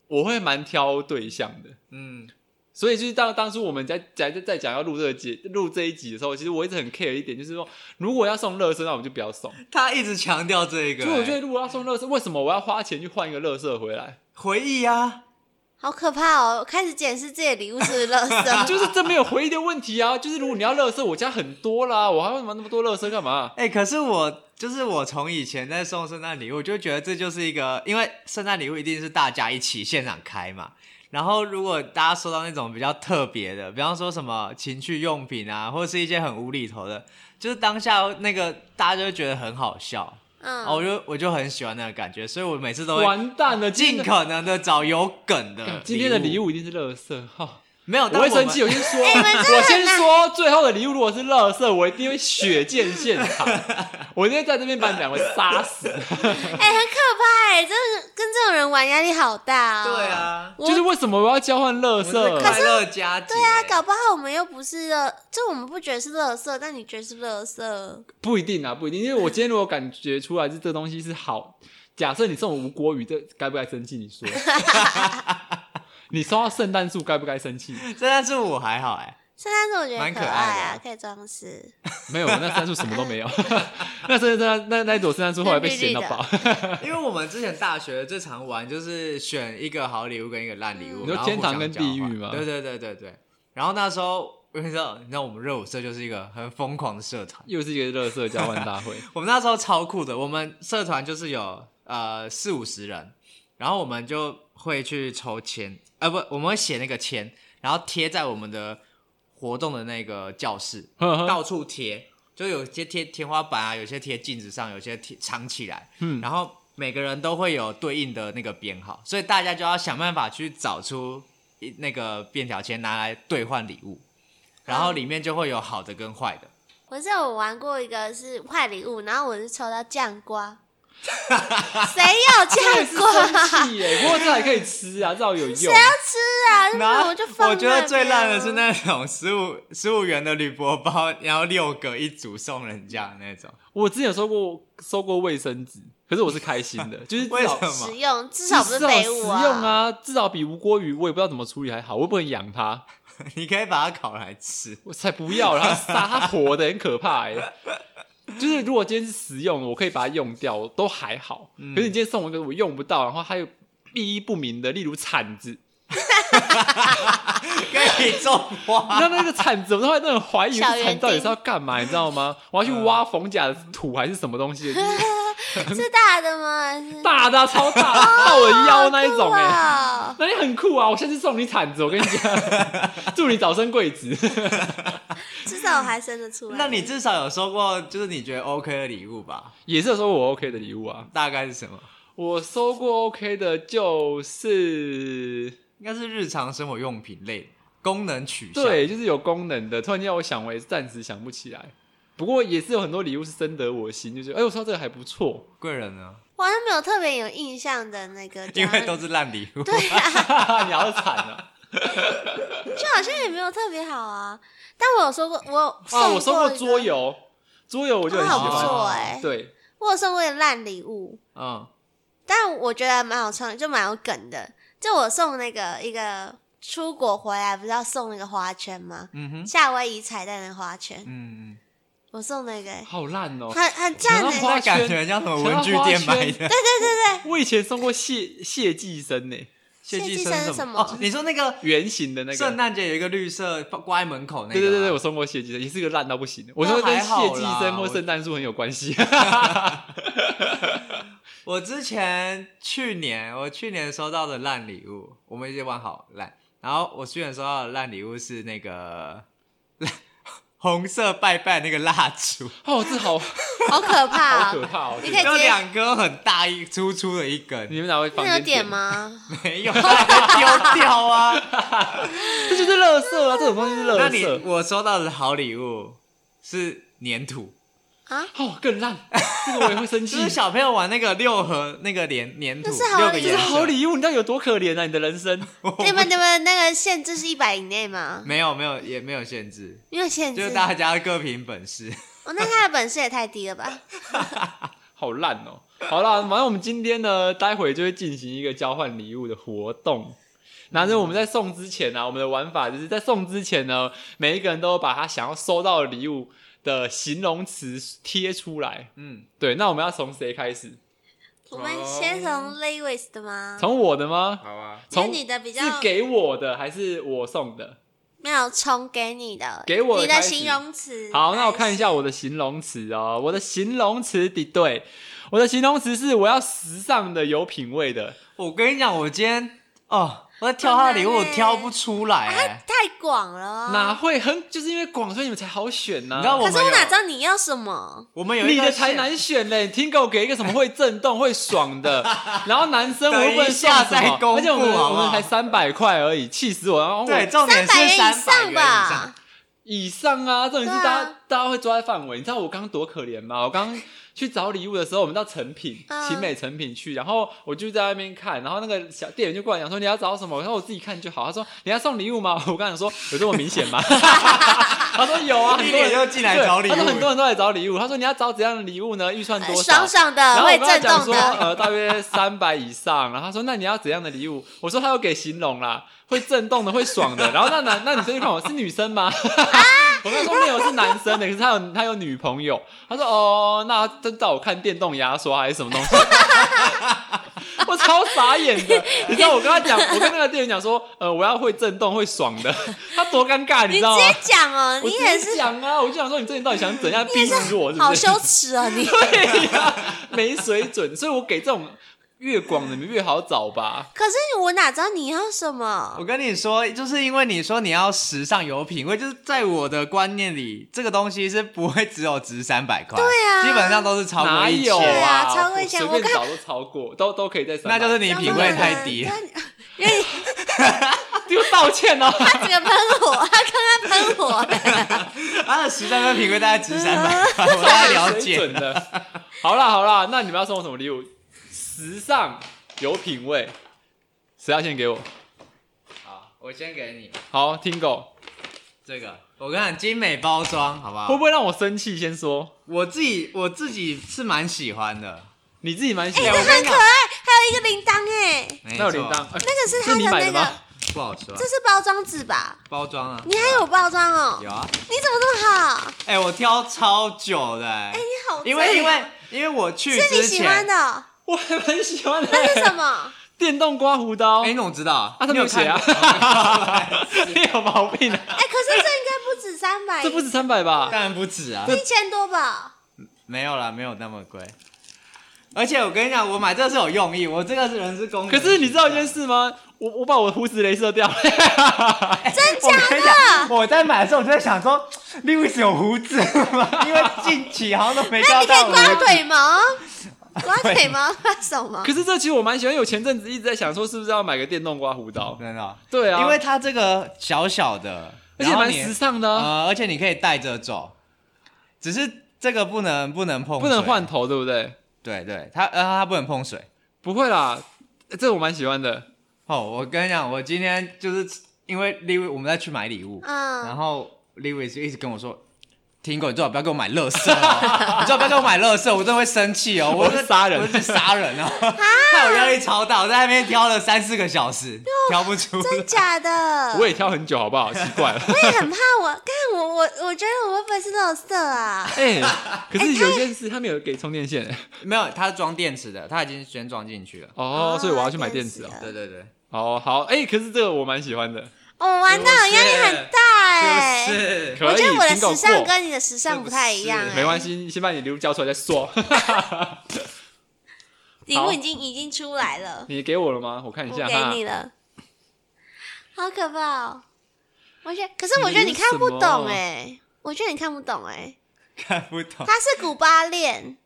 Speaker 1: 我会蛮挑对象的。
Speaker 3: 嗯，
Speaker 1: 所以就是当当初我们在在在讲要录这个节录这一集的时候，其实我一直很 care 一点，就是说如果要送乐色，那我们就不要送。
Speaker 3: 他一直强调这一个、
Speaker 1: 所以我觉得，
Speaker 3: 哎
Speaker 1: 如果要送乐色，为什么我要花钱去换一个乐色回来？
Speaker 3: 回忆啊，
Speaker 2: 好可怕哦！开始检视自己的礼物是不是垃圾，
Speaker 1: 就是这没有回忆的问题啊！就是如果你要乐色，我家很多啦，我还会买那么多乐色干嘛？
Speaker 3: 哎、可是我就是我从以前在送圣诞礼物，我就觉得这就是一个，因为圣诞礼物一定是大家一起现场开嘛。然后如果大家收到那种比较特别的，比方说什么情趣用品啊，或者是一些很无厘头的，就是当下那个大家就会觉得很好笑，
Speaker 2: 嗯，
Speaker 3: 然哦后我就我就很喜欢那个感觉，所以我每次都会
Speaker 1: 完蛋了，今
Speaker 3: 尽
Speaker 1: 天
Speaker 3: 可能的找有梗的。
Speaker 1: 今天的礼
Speaker 3: 物
Speaker 1: 物一定是乐色哈。
Speaker 3: 没有，
Speaker 1: 我
Speaker 3: 但
Speaker 1: 会
Speaker 3: 我
Speaker 1: 生
Speaker 3: 们
Speaker 1: 气，我先说，
Speaker 2: 哎们真的
Speaker 1: 我先
Speaker 2: 很
Speaker 1: 说，最后的礼物如果是乐色，我一定会血溅现场，我一定会在这边把你们两个杀死。
Speaker 2: 哎、很可怕哎、真的跟这种人玩压力好大哦。
Speaker 3: 对，啊，
Speaker 2: 我
Speaker 1: 就是为什么我要交换乐
Speaker 3: 我们
Speaker 1: 色
Speaker 3: 是？快乐佳节，对
Speaker 2: 那啊搞不好我们又不是垃，就我们不觉得是垃圾，但你觉得是垃圾，
Speaker 1: 不一定啊，不一定，因为我今天如果感觉出来是这东西是好，假设你送我吴国语，这该不该生气？你 说，你收到圣诞树该不该生气？
Speaker 3: 圣诞树我还好哎、
Speaker 2: 圣诞树我觉得很
Speaker 3: 蛮可
Speaker 2: 爱
Speaker 3: 爱
Speaker 2: 啊，
Speaker 3: 的
Speaker 2: 可以装饰。
Speaker 1: 没有，那圣诞树什么都没有。 那圣诞那那一朵圣诞树后来被嫌到爆，
Speaker 3: 因为我们之前大学最常玩就是选一个好礼物跟一个烂礼
Speaker 1: 嗯
Speaker 3: 物，
Speaker 1: 你说
Speaker 3: 然后互
Speaker 1: 天
Speaker 3: 相
Speaker 1: 堂跟地狱吗
Speaker 3: 交换对对对对对。然后那时候我跟你说，你知道我们热舞社就是一个很疯狂的社团，
Speaker 1: 又是一个乐色交换大会。
Speaker 3: 我们那时候超酷的，我们社团就是有呃四五十人，然后我们就会去抽签，呃不，我们会写那个签，然后贴在我们的活动的那个教室，
Speaker 1: 呵 呵
Speaker 3: 到处贴，就有些贴天花板啊，有些贴镜子上，有些贴藏起来。
Speaker 1: 嗯
Speaker 3: 然后每个人都会有对应的那个编号，所以大家就要想办法去找出一那个便条签拿来兑换礼物，然后里面就会有好的跟坏的。
Speaker 2: 我是有玩过一个是坏礼物，然后我是抽到酱瓜， 谁有
Speaker 1: 这也
Speaker 2: 酱
Speaker 1: 是
Speaker 2: 瓜？
Speaker 1: 生气耶，不过这还可以吃啊，至少 有用。
Speaker 2: 是
Speaker 3: 然
Speaker 2: 啊，
Speaker 3: 后
Speaker 2: 我就放
Speaker 3: 我觉得
Speaker 2: 那
Speaker 3: 最
Speaker 2: 边
Speaker 3: 烂的
Speaker 2: 啊
Speaker 3: 是那种十五十五元的铝箔包，然后六个一组送人家的那种。
Speaker 1: 我之前有收过收过卫生纸，可是我是开心 的，就是至
Speaker 3: 为什
Speaker 1: 少
Speaker 3: 么
Speaker 2: 实用，至
Speaker 1: 至
Speaker 2: 少不是废
Speaker 1: 少
Speaker 2: 物
Speaker 1: 实用。啊，至少比无锅鱼我也不知道怎么处理还好，我又不能养它，
Speaker 3: 你可以把它烤来吃。
Speaker 1: 我才不要啦，然后杀它活的很可怕哎、 就是如果今天是实用的，我可以把它用掉，都还好。
Speaker 3: 嗯
Speaker 1: 可是你今天送我一个我用不到，然后还有意义不明的，例如铲子，
Speaker 3: 可以种
Speaker 1: 你
Speaker 3: 花。
Speaker 1: 知道那个铲子，我都会那种怀疑，这
Speaker 2: 小园
Speaker 1: 铲到底
Speaker 2: 丁
Speaker 1: 是要干嘛，你知道 吗？我要去挖冯甲的土还是什么东西的？就是
Speaker 2: 是大的吗？还是
Speaker 1: 大的啊、超 大的，到我的腰那一种哎、
Speaker 2: 哇
Speaker 1: 那你很酷啊！我下次送你铲子，我跟你讲， 祝你早生贵子。
Speaker 2: 至少我还生得出来。
Speaker 3: 那你至少有收过，就是你觉得 OK 的礼物吧？
Speaker 1: 也是有收过我 OK 的礼物啊，
Speaker 3: 大概是什么？
Speaker 1: 我收过 OK 的就是
Speaker 3: 应该是日常生活用品类的，功能取向。，
Speaker 1: 对，就是有功能的。突然间让我想，我也是暂时想不起来。不过也是有很多礼物是深得我心，就觉得哎，我收到这个还不 错。
Speaker 3: 贵人呢？
Speaker 2: 我好像没有特别有印象的那个，
Speaker 3: 因 为都是烂礼物。
Speaker 2: 对啊，
Speaker 1: 你好惨啊！
Speaker 2: 就好像也没有特别好啊。但我有说过，哦我 有送
Speaker 1: 啊，我收过
Speaker 2: 一个
Speaker 1: 桌，游，桌游我就很喜
Speaker 2: 好不
Speaker 1: 欢。
Speaker 2: 错哎、
Speaker 1: 对，啊
Speaker 2: 我有送过一个烂礼物，
Speaker 3: 嗯，
Speaker 2: 但我觉得蛮有创意，就蛮有梗的。就我送那个一个出国回来，不是要送那个花圈吗？
Speaker 3: 嗯哼，
Speaker 2: 夏威夷彩蛋的花圈，
Speaker 3: 嗯嗯，
Speaker 2: 我送那个、
Speaker 1: 好烂哦。
Speaker 2: 很很赞
Speaker 1: 你
Speaker 2: 的、
Speaker 1: 要花
Speaker 3: 那
Speaker 1: 圈
Speaker 3: 感觉像什么文具店买 的。
Speaker 1: 我以前送过谢谢寄生呢、
Speaker 2: 谢
Speaker 3: 寄
Speaker 2: 寄
Speaker 3: 生
Speaker 2: 生
Speaker 3: 是
Speaker 2: 是
Speaker 3: 什
Speaker 2: 什
Speaker 3: 么？
Speaker 2: 么
Speaker 3: 哦，你说那个
Speaker 1: 圆形的那个。
Speaker 3: 圣诞节有一个绿色挂在门口那个？啊
Speaker 1: 对对对对，我，送过谢寄生，也是个烂到不行的。我说跟
Speaker 3: 还好
Speaker 1: 谢
Speaker 3: 啦
Speaker 1: 寄生或
Speaker 3: 我
Speaker 1: 圣诞树很有关系。
Speaker 3: 我之前去年我去年收到的烂礼物，我们已经玩好烂。然后我去年收到的烂礼物是那个 红色拜拜那个蜡烛，
Speaker 1: 哦，这好
Speaker 2: 好可怕、
Speaker 1: 好可
Speaker 2: 哦！
Speaker 1: 怕哦！
Speaker 2: 你
Speaker 1: 这
Speaker 2: 可以
Speaker 1: 个
Speaker 2: 直接
Speaker 3: 有两根很大一粗粗的一根，
Speaker 1: 你们哪会放？
Speaker 2: 那有点？吗？
Speaker 3: 没有丢掉 啊？
Speaker 1: 这就是垃圾啊！这种东西是
Speaker 3: 那
Speaker 1: 垃
Speaker 3: 你
Speaker 1: 圾。
Speaker 3: 我收到的好礼物是粘土，
Speaker 2: 啊，
Speaker 1: 哦，更烂，这个我也会生气
Speaker 3: 就。是小朋友玩那个六合那个粘粘土，
Speaker 2: 那是好
Speaker 3: 六个
Speaker 2: 礼物
Speaker 1: 这
Speaker 3: 颜
Speaker 1: 是
Speaker 3: 色
Speaker 1: 好礼物，你知道有多可怜啊？你的人生
Speaker 2: 你们你们那个限制是一百以内吗？
Speaker 3: 没有没有也没有限制，
Speaker 2: 没有限
Speaker 3: 就
Speaker 2: 制
Speaker 3: 是，大家各凭本事。
Speaker 2: 哦，那他的本事也太低 了吧？
Speaker 1: 好烂哦。好啦，反正我们今天呢，待会就会进行一个交换礼物的活动。那是我们在送之前呢、啊，我们的玩法就是在送之前呢，每一个人都把他想要收到的礼物的形容词贴出来。
Speaker 3: 嗯，
Speaker 1: 对，那我们要从谁开始？
Speaker 2: 嗯我们先从 Lewis 的吗？
Speaker 1: 从我的吗？
Speaker 3: 好啊。
Speaker 2: 因为
Speaker 1: 从
Speaker 2: 你的比较
Speaker 1: 是给我的还是我送的？
Speaker 2: 没有从给你的，
Speaker 1: 给我的
Speaker 2: 你
Speaker 1: 开
Speaker 2: 的
Speaker 1: 始
Speaker 2: 形容词。
Speaker 1: 好，那我看一下我的形容词哦。我的形容词的对，我的形容词是我要时尚的、有品味的。
Speaker 3: 我跟你讲，我今天哦，我在挑他的礼物，我
Speaker 2: 很难欸
Speaker 3: 挑不出来、
Speaker 2: 啊，
Speaker 3: 欸。
Speaker 2: 太广了哦。
Speaker 1: 哪会很就是因为广，所以你们才好选呢、
Speaker 3: 你知道我
Speaker 2: 可
Speaker 3: 们
Speaker 2: 是我哪
Speaker 3: 有
Speaker 2: 知道你要什么？
Speaker 3: 我们有一
Speaker 1: 你
Speaker 3: 个
Speaker 1: 的才难选嘞！你听狗给一个什么会震动、会爽 的，然后男生我又不能送什
Speaker 3: 等一下再
Speaker 1: 么，
Speaker 3: 公布
Speaker 1: 而且我们
Speaker 3: 好
Speaker 1: 我
Speaker 3: 不
Speaker 1: 们
Speaker 3: 好
Speaker 1: 才三百块而已，气死我！然后我
Speaker 3: 对，重点
Speaker 2: 三百
Speaker 3: 是
Speaker 2: 元
Speaker 3: 三
Speaker 2: 以上吧？
Speaker 1: 以上啊，重点是
Speaker 2: 对啊
Speaker 1: 大家、大家会抓在范围。你知道我刚刚多可怜吗？我刚去找礼物的时候，我们到成品
Speaker 2: 嗯
Speaker 1: 奇美成品去，然后我就在那边看，然后那个小店员就过来讲说你要找什么，我说我自己看就好。他说你要送礼物吗？我刚想说有这么明显吗？ 他说有啊，很
Speaker 3: 一
Speaker 1: 多
Speaker 3: 脸
Speaker 1: 人
Speaker 3: 就进来找
Speaker 1: 对
Speaker 3: 礼物
Speaker 1: 他说很多人都来找礼物。他说你要找怎样的礼物呢？预算
Speaker 2: 呃
Speaker 1: 多少？
Speaker 2: 爽爽
Speaker 1: 然
Speaker 2: 的，
Speaker 1: 后我
Speaker 2: 会
Speaker 1: 跟他
Speaker 2: 震
Speaker 1: 讲
Speaker 2: 动
Speaker 1: 说，
Speaker 2: 的。
Speaker 1: 呃，大约三百以上。然后他说，那你要怎样的礼物？我说他有给形容啦，会震动的，会爽的。 然后那男那女生就看我是女生吗？ 我跟他说没有，是男生的，可是他有他有女朋友。他说哦，那他找我看电动牙刷还是什么东西？ 我超傻眼的，你知道我跟他讲，我跟那个店员讲说，呃，我要会震动会爽的， 他多尴尬，你知
Speaker 2: 你直
Speaker 1: 道吗？
Speaker 2: 接讲哦，
Speaker 1: 我
Speaker 2: 你也
Speaker 1: 直
Speaker 2: 是
Speaker 1: 接讲啊，我就想说你这人到底想怎样逼死我，是不是？
Speaker 2: 好羞耻哦，你
Speaker 1: 对呀、没水准，所以我给这种越广的你们越好找吧。
Speaker 2: 可是我哪知道你要什么
Speaker 3: 我？跟你说，就是因为你说你要时尚有品味，就是在我的观念里，这个东西是不会只有值三百块，对
Speaker 2: 啊
Speaker 3: 基本上都是超过
Speaker 1: 哪
Speaker 3: 一
Speaker 1: 有
Speaker 2: 对
Speaker 3: 千，
Speaker 2: 啊
Speaker 1: 啊？
Speaker 2: 超过
Speaker 1: 我
Speaker 2: 一千
Speaker 1: 随
Speaker 2: 我
Speaker 1: 便
Speaker 2: 看
Speaker 1: 找都超过，都都可以在300。
Speaker 3: 那就是你品味太低
Speaker 2: 当然了因为
Speaker 1: 就道歉哦。
Speaker 2: 他这个喷火，他刚刚喷火、 欸，
Speaker 3: 他的时尚跟品味大概值三 百块，我大概了
Speaker 1: 水准
Speaker 3: 解。
Speaker 1: 的。好啦好啦，那你们要送我什么礼物？时尚有品味，谁要先给我？
Speaker 3: 好，我先给你
Speaker 1: 好，听狗
Speaker 3: 这个，我跟你讲，精美包装，好不
Speaker 1: 会
Speaker 3: 好
Speaker 1: 不？会让我生气？先说，
Speaker 3: 我自己我自己是蛮喜欢的，
Speaker 1: 你自己蛮喜欢。
Speaker 3: 我跟你
Speaker 2: 可
Speaker 3: 讲
Speaker 2: 爱，还有一个铃铛哎，
Speaker 3: 没
Speaker 1: 那有
Speaker 3: 错
Speaker 1: 铃铛，呃
Speaker 2: 那个是他
Speaker 1: 是你买
Speaker 2: 的那
Speaker 1: 的
Speaker 2: 个
Speaker 1: 吗，？
Speaker 3: 不好说
Speaker 2: 这，是包装纸吧？
Speaker 3: 包装啊，
Speaker 2: 你还有包装哦、
Speaker 3: 有啊？
Speaker 2: 你怎么这么好？
Speaker 3: 哎、我挑超久的、哎、
Speaker 2: 你好正哦，
Speaker 3: 因为因为因为我去
Speaker 2: 是你
Speaker 3: 之
Speaker 2: 喜
Speaker 3: 前
Speaker 2: 欢，的 哦、
Speaker 1: 我还蛮喜欢的。
Speaker 2: 那是什么？
Speaker 1: 电动刮胡刀。
Speaker 3: 哎、你怎么知道啊
Speaker 1: 啊，他没有写啊，
Speaker 3: 看过
Speaker 1: 你有毛病啊！
Speaker 2: 哎、可是这应该不止三百，
Speaker 1: 这不止三百
Speaker 2: 哎
Speaker 1: 吧？
Speaker 3: 当然不止啊，
Speaker 2: 一千多吧？
Speaker 3: 没有啦，没有那么贵。而且我跟你讲，我买这个是有用意，我这个是人是公益。
Speaker 1: 可是你知道一件，事吗？我我把我的胡子镭射掉了，
Speaker 2: 真
Speaker 3: 我跟你
Speaker 2: 假
Speaker 3: 讲，
Speaker 2: 的？
Speaker 3: 我在买的时候我就在想说，利维斯有胡子吗？ 因为近期好像都没
Speaker 2: 那
Speaker 3: 抓
Speaker 2: 哎你可以
Speaker 3: 到
Speaker 2: 刮
Speaker 3: 我。
Speaker 2: 腿 毛，刮腿毛，刮手毛
Speaker 1: 可。是这其实我蛮喜欢。有前阵子一直在想说，是不是要买个电动刮胡刀？
Speaker 3: 真的哦，
Speaker 1: 对啊，
Speaker 3: 因为它这个小小的，
Speaker 1: 而且
Speaker 3: 然后
Speaker 1: 蛮
Speaker 3: 你
Speaker 1: 时尚的啊，
Speaker 3: 呃，而且你可以带着走，只是这个不能不能
Speaker 2: 啊
Speaker 3: 碰，
Speaker 1: 不能换。头，对不对？
Speaker 3: 对对，它呃它不能碰水。
Speaker 1: 不会啦，呃这我蛮喜欢的。
Speaker 3: 哦，我跟你讲，我今天就是因为 l e 我们在去买礼物，然
Speaker 2: 嗯，
Speaker 3: 后 Lewis 就一直跟我说：“听狗，你最好不要给我买乐色、哦， 你最好不要给我买乐色，我真的会生气哦，
Speaker 1: 我是
Speaker 3: 真的
Speaker 1: 杀人
Speaker 3: 我是杀人 哦，害我压力超大，我在那边挑了三四个小时，挑不出。
Speaker 2: 真假的？
Speaker 1: 我也挑很久，好不好？奇怪 了。
Speaker 2: 我也很怕我，看我我我觉得我会不会是垃圾啊？
Speaker 1: 哎、可是有件事他没有给充电线、
Speaker 2: 哎
Speaker 3: 没有，它是装电池的，它已经先装进去了。
Speaker 1: 哦，所以我要去买电
Speaker 2: 啊电
Speaker 1: 池哦
Speaker 2: 池。啊
Speaker 3: 对对对，
Speaker 1: 哦，好，哎、可是这个我蛮喜欢的，
Speaker 2: 我玩到
Speaker 3: 是不是
Speaker 2: 压力很大哎、
Speaker 3: 是
Speaker 1: 可以。
Speaker 2: 我觉得我的
Speaker 1: 请搞
Speaker 2: 时尚
Speaker 1: 过
Speaker 2: 跟你的时尚不太一样
Speaker 3: 是
Speaker 2: 哎、
Speaker 1: 没关系，你先把你礼物交出来再说。
Speaker 2: 礼物已经已经出来了，
Speaker 1: 你给我了吗？我看一
Speaker 2: 我
Speaker 1: 下
Speaker 2: 给
Speaker 1: 哈。
Speaker 2: 你了，好可怕哦！我觉得，可是
Speaker 1: 你
Speaker 2: 我觉得
Speaker 1: 留
Speaker 2: 你看不
Speaker 1: 什
Speaker 2: 懂
Speaker 1: 么
Speaker 2: 哎、我觉得你看不懂哎、
Speaker 3: 看不懂。
Speaker 2: 它是古巴链，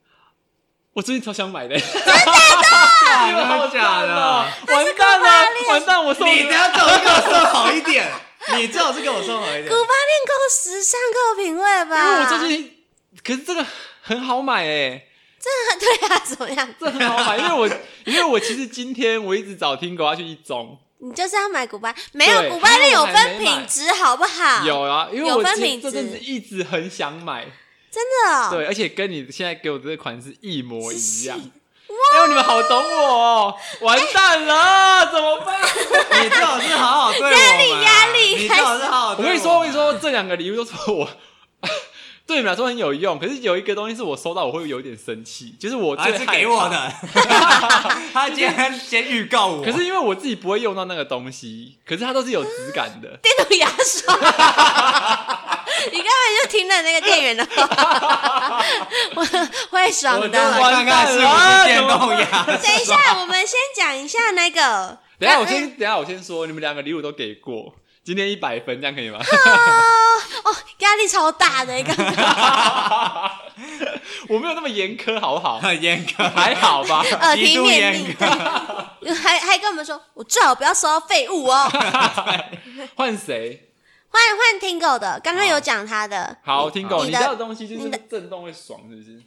Speaker 1: 我最近超想买的，
Speaker 3: 真
Speaker 1: 好
Speaker 3: 的假
Speaker 1: 赞
Speaker 3: 的
Speaker 1: 哦？完蛋了，完蛋，我送
Speaker 3: 你
Speaker 1: 你
Speaker 3: 等下最好是给我说好一点，你最好是给我说好一点
Speaker 2: 古。巴链够时尚够品味
Speaker 1: 因为
Speaker 2: 吧？
Speaker 1: 我最近，可是这个很好买哎、
Speaker 2: 对啊，怎么样？
Speaker 1: 这很好买，因为我因为我其实今天我一直找听狗要去一中，
Speaker 2: 你就是要买古巴，没有
Speaker 1: 对
Speaker 2: 古巴链有
Speaker 1: 还有
Speaker 2: 分
Speaker 1: 我还没买
Speaker 2: 品质好不好？
Speaker 1: 有啊，因为
Speaker 2: 有
Speaker 1: 我
Speaker 2: 分
Speaker 1: 其实
Speaker 2: 品
Speaker 1: 这阵子
Speaker 2: 质
Speaker 1: 一直很想买，
Speaker 2: 真的哦、
Speaker 1: 对，而且跟你现在给我的这款是一模一样
Speaker 2: 是。
Speaker 1: 哎呦，你们好懂我哦！完蛋了，怎么 办？
Speaker 3: 你最好是好好对我们啊
Speaker 2: 压力压力
Speaker 3: 你最好是好好
Speaker 1: 我
Speaker 3: 对
Speaker 1: 跟你
Speaker 3: 们啊
Speaker 1: 说，我跟你，说，这两个礼物都是我 对你们来说很有用，可是有一个东西是我收到我会有一点生气，就是我
Speaker 3: 还
Speaker 1: 最
Speaker 3: 是
Speaker 1: 害
Speaker 3: 给我
Speaker 1: 怕。
Speaker 3: 的，他今天先预告 我，
Speaker 1: 可是因为我自己不会用到那个东西，可是它都是有质感的。
Speaker 2: 电动牙 刷。你根本就听了那个店员的话， 我会爽
Speaker 3: 我就
Speaker 2: 的。
Speaker 3: 来看看是不是电动牙刷。
Speaker 2: 等一下，我们先讲一下那个。
Speaker 1: 等一下我先，等一下我先说，你们两个礼物都给过，今天一百分，这样可以吗？
Speaker 2: 哦，压力超大的一个。
Speaker 1: 我没有那么严苛，好不 好？
Speaker 3: 很严格，
Speaker 2: 哎
Speaker 1: 还好吧？
Speaker 2: 耳
Speaker 3: 极
Speaker 2: 提
Speaker 3: 度
Speaker 2: 呃面
Speaker 3: 严
Speaker 2: 命
Speaker 3: 格。
Speaker 2: 还还跟我们说，我最好不要收到废物哦。
Speaker 1: 换谁？
Speaker 2: 换换 Tingo 的，刚刚有讲他的，
Speaker 1: 好，听狗，
Speaker 2: 你
Speaker 1: 你
Speaker 2: 的
Speaker 1: 知道的东西就
Speaker 2: 你
Speaker 1: 是
Speaker 2: 的
Speaker 1: 震动会爽，是不是？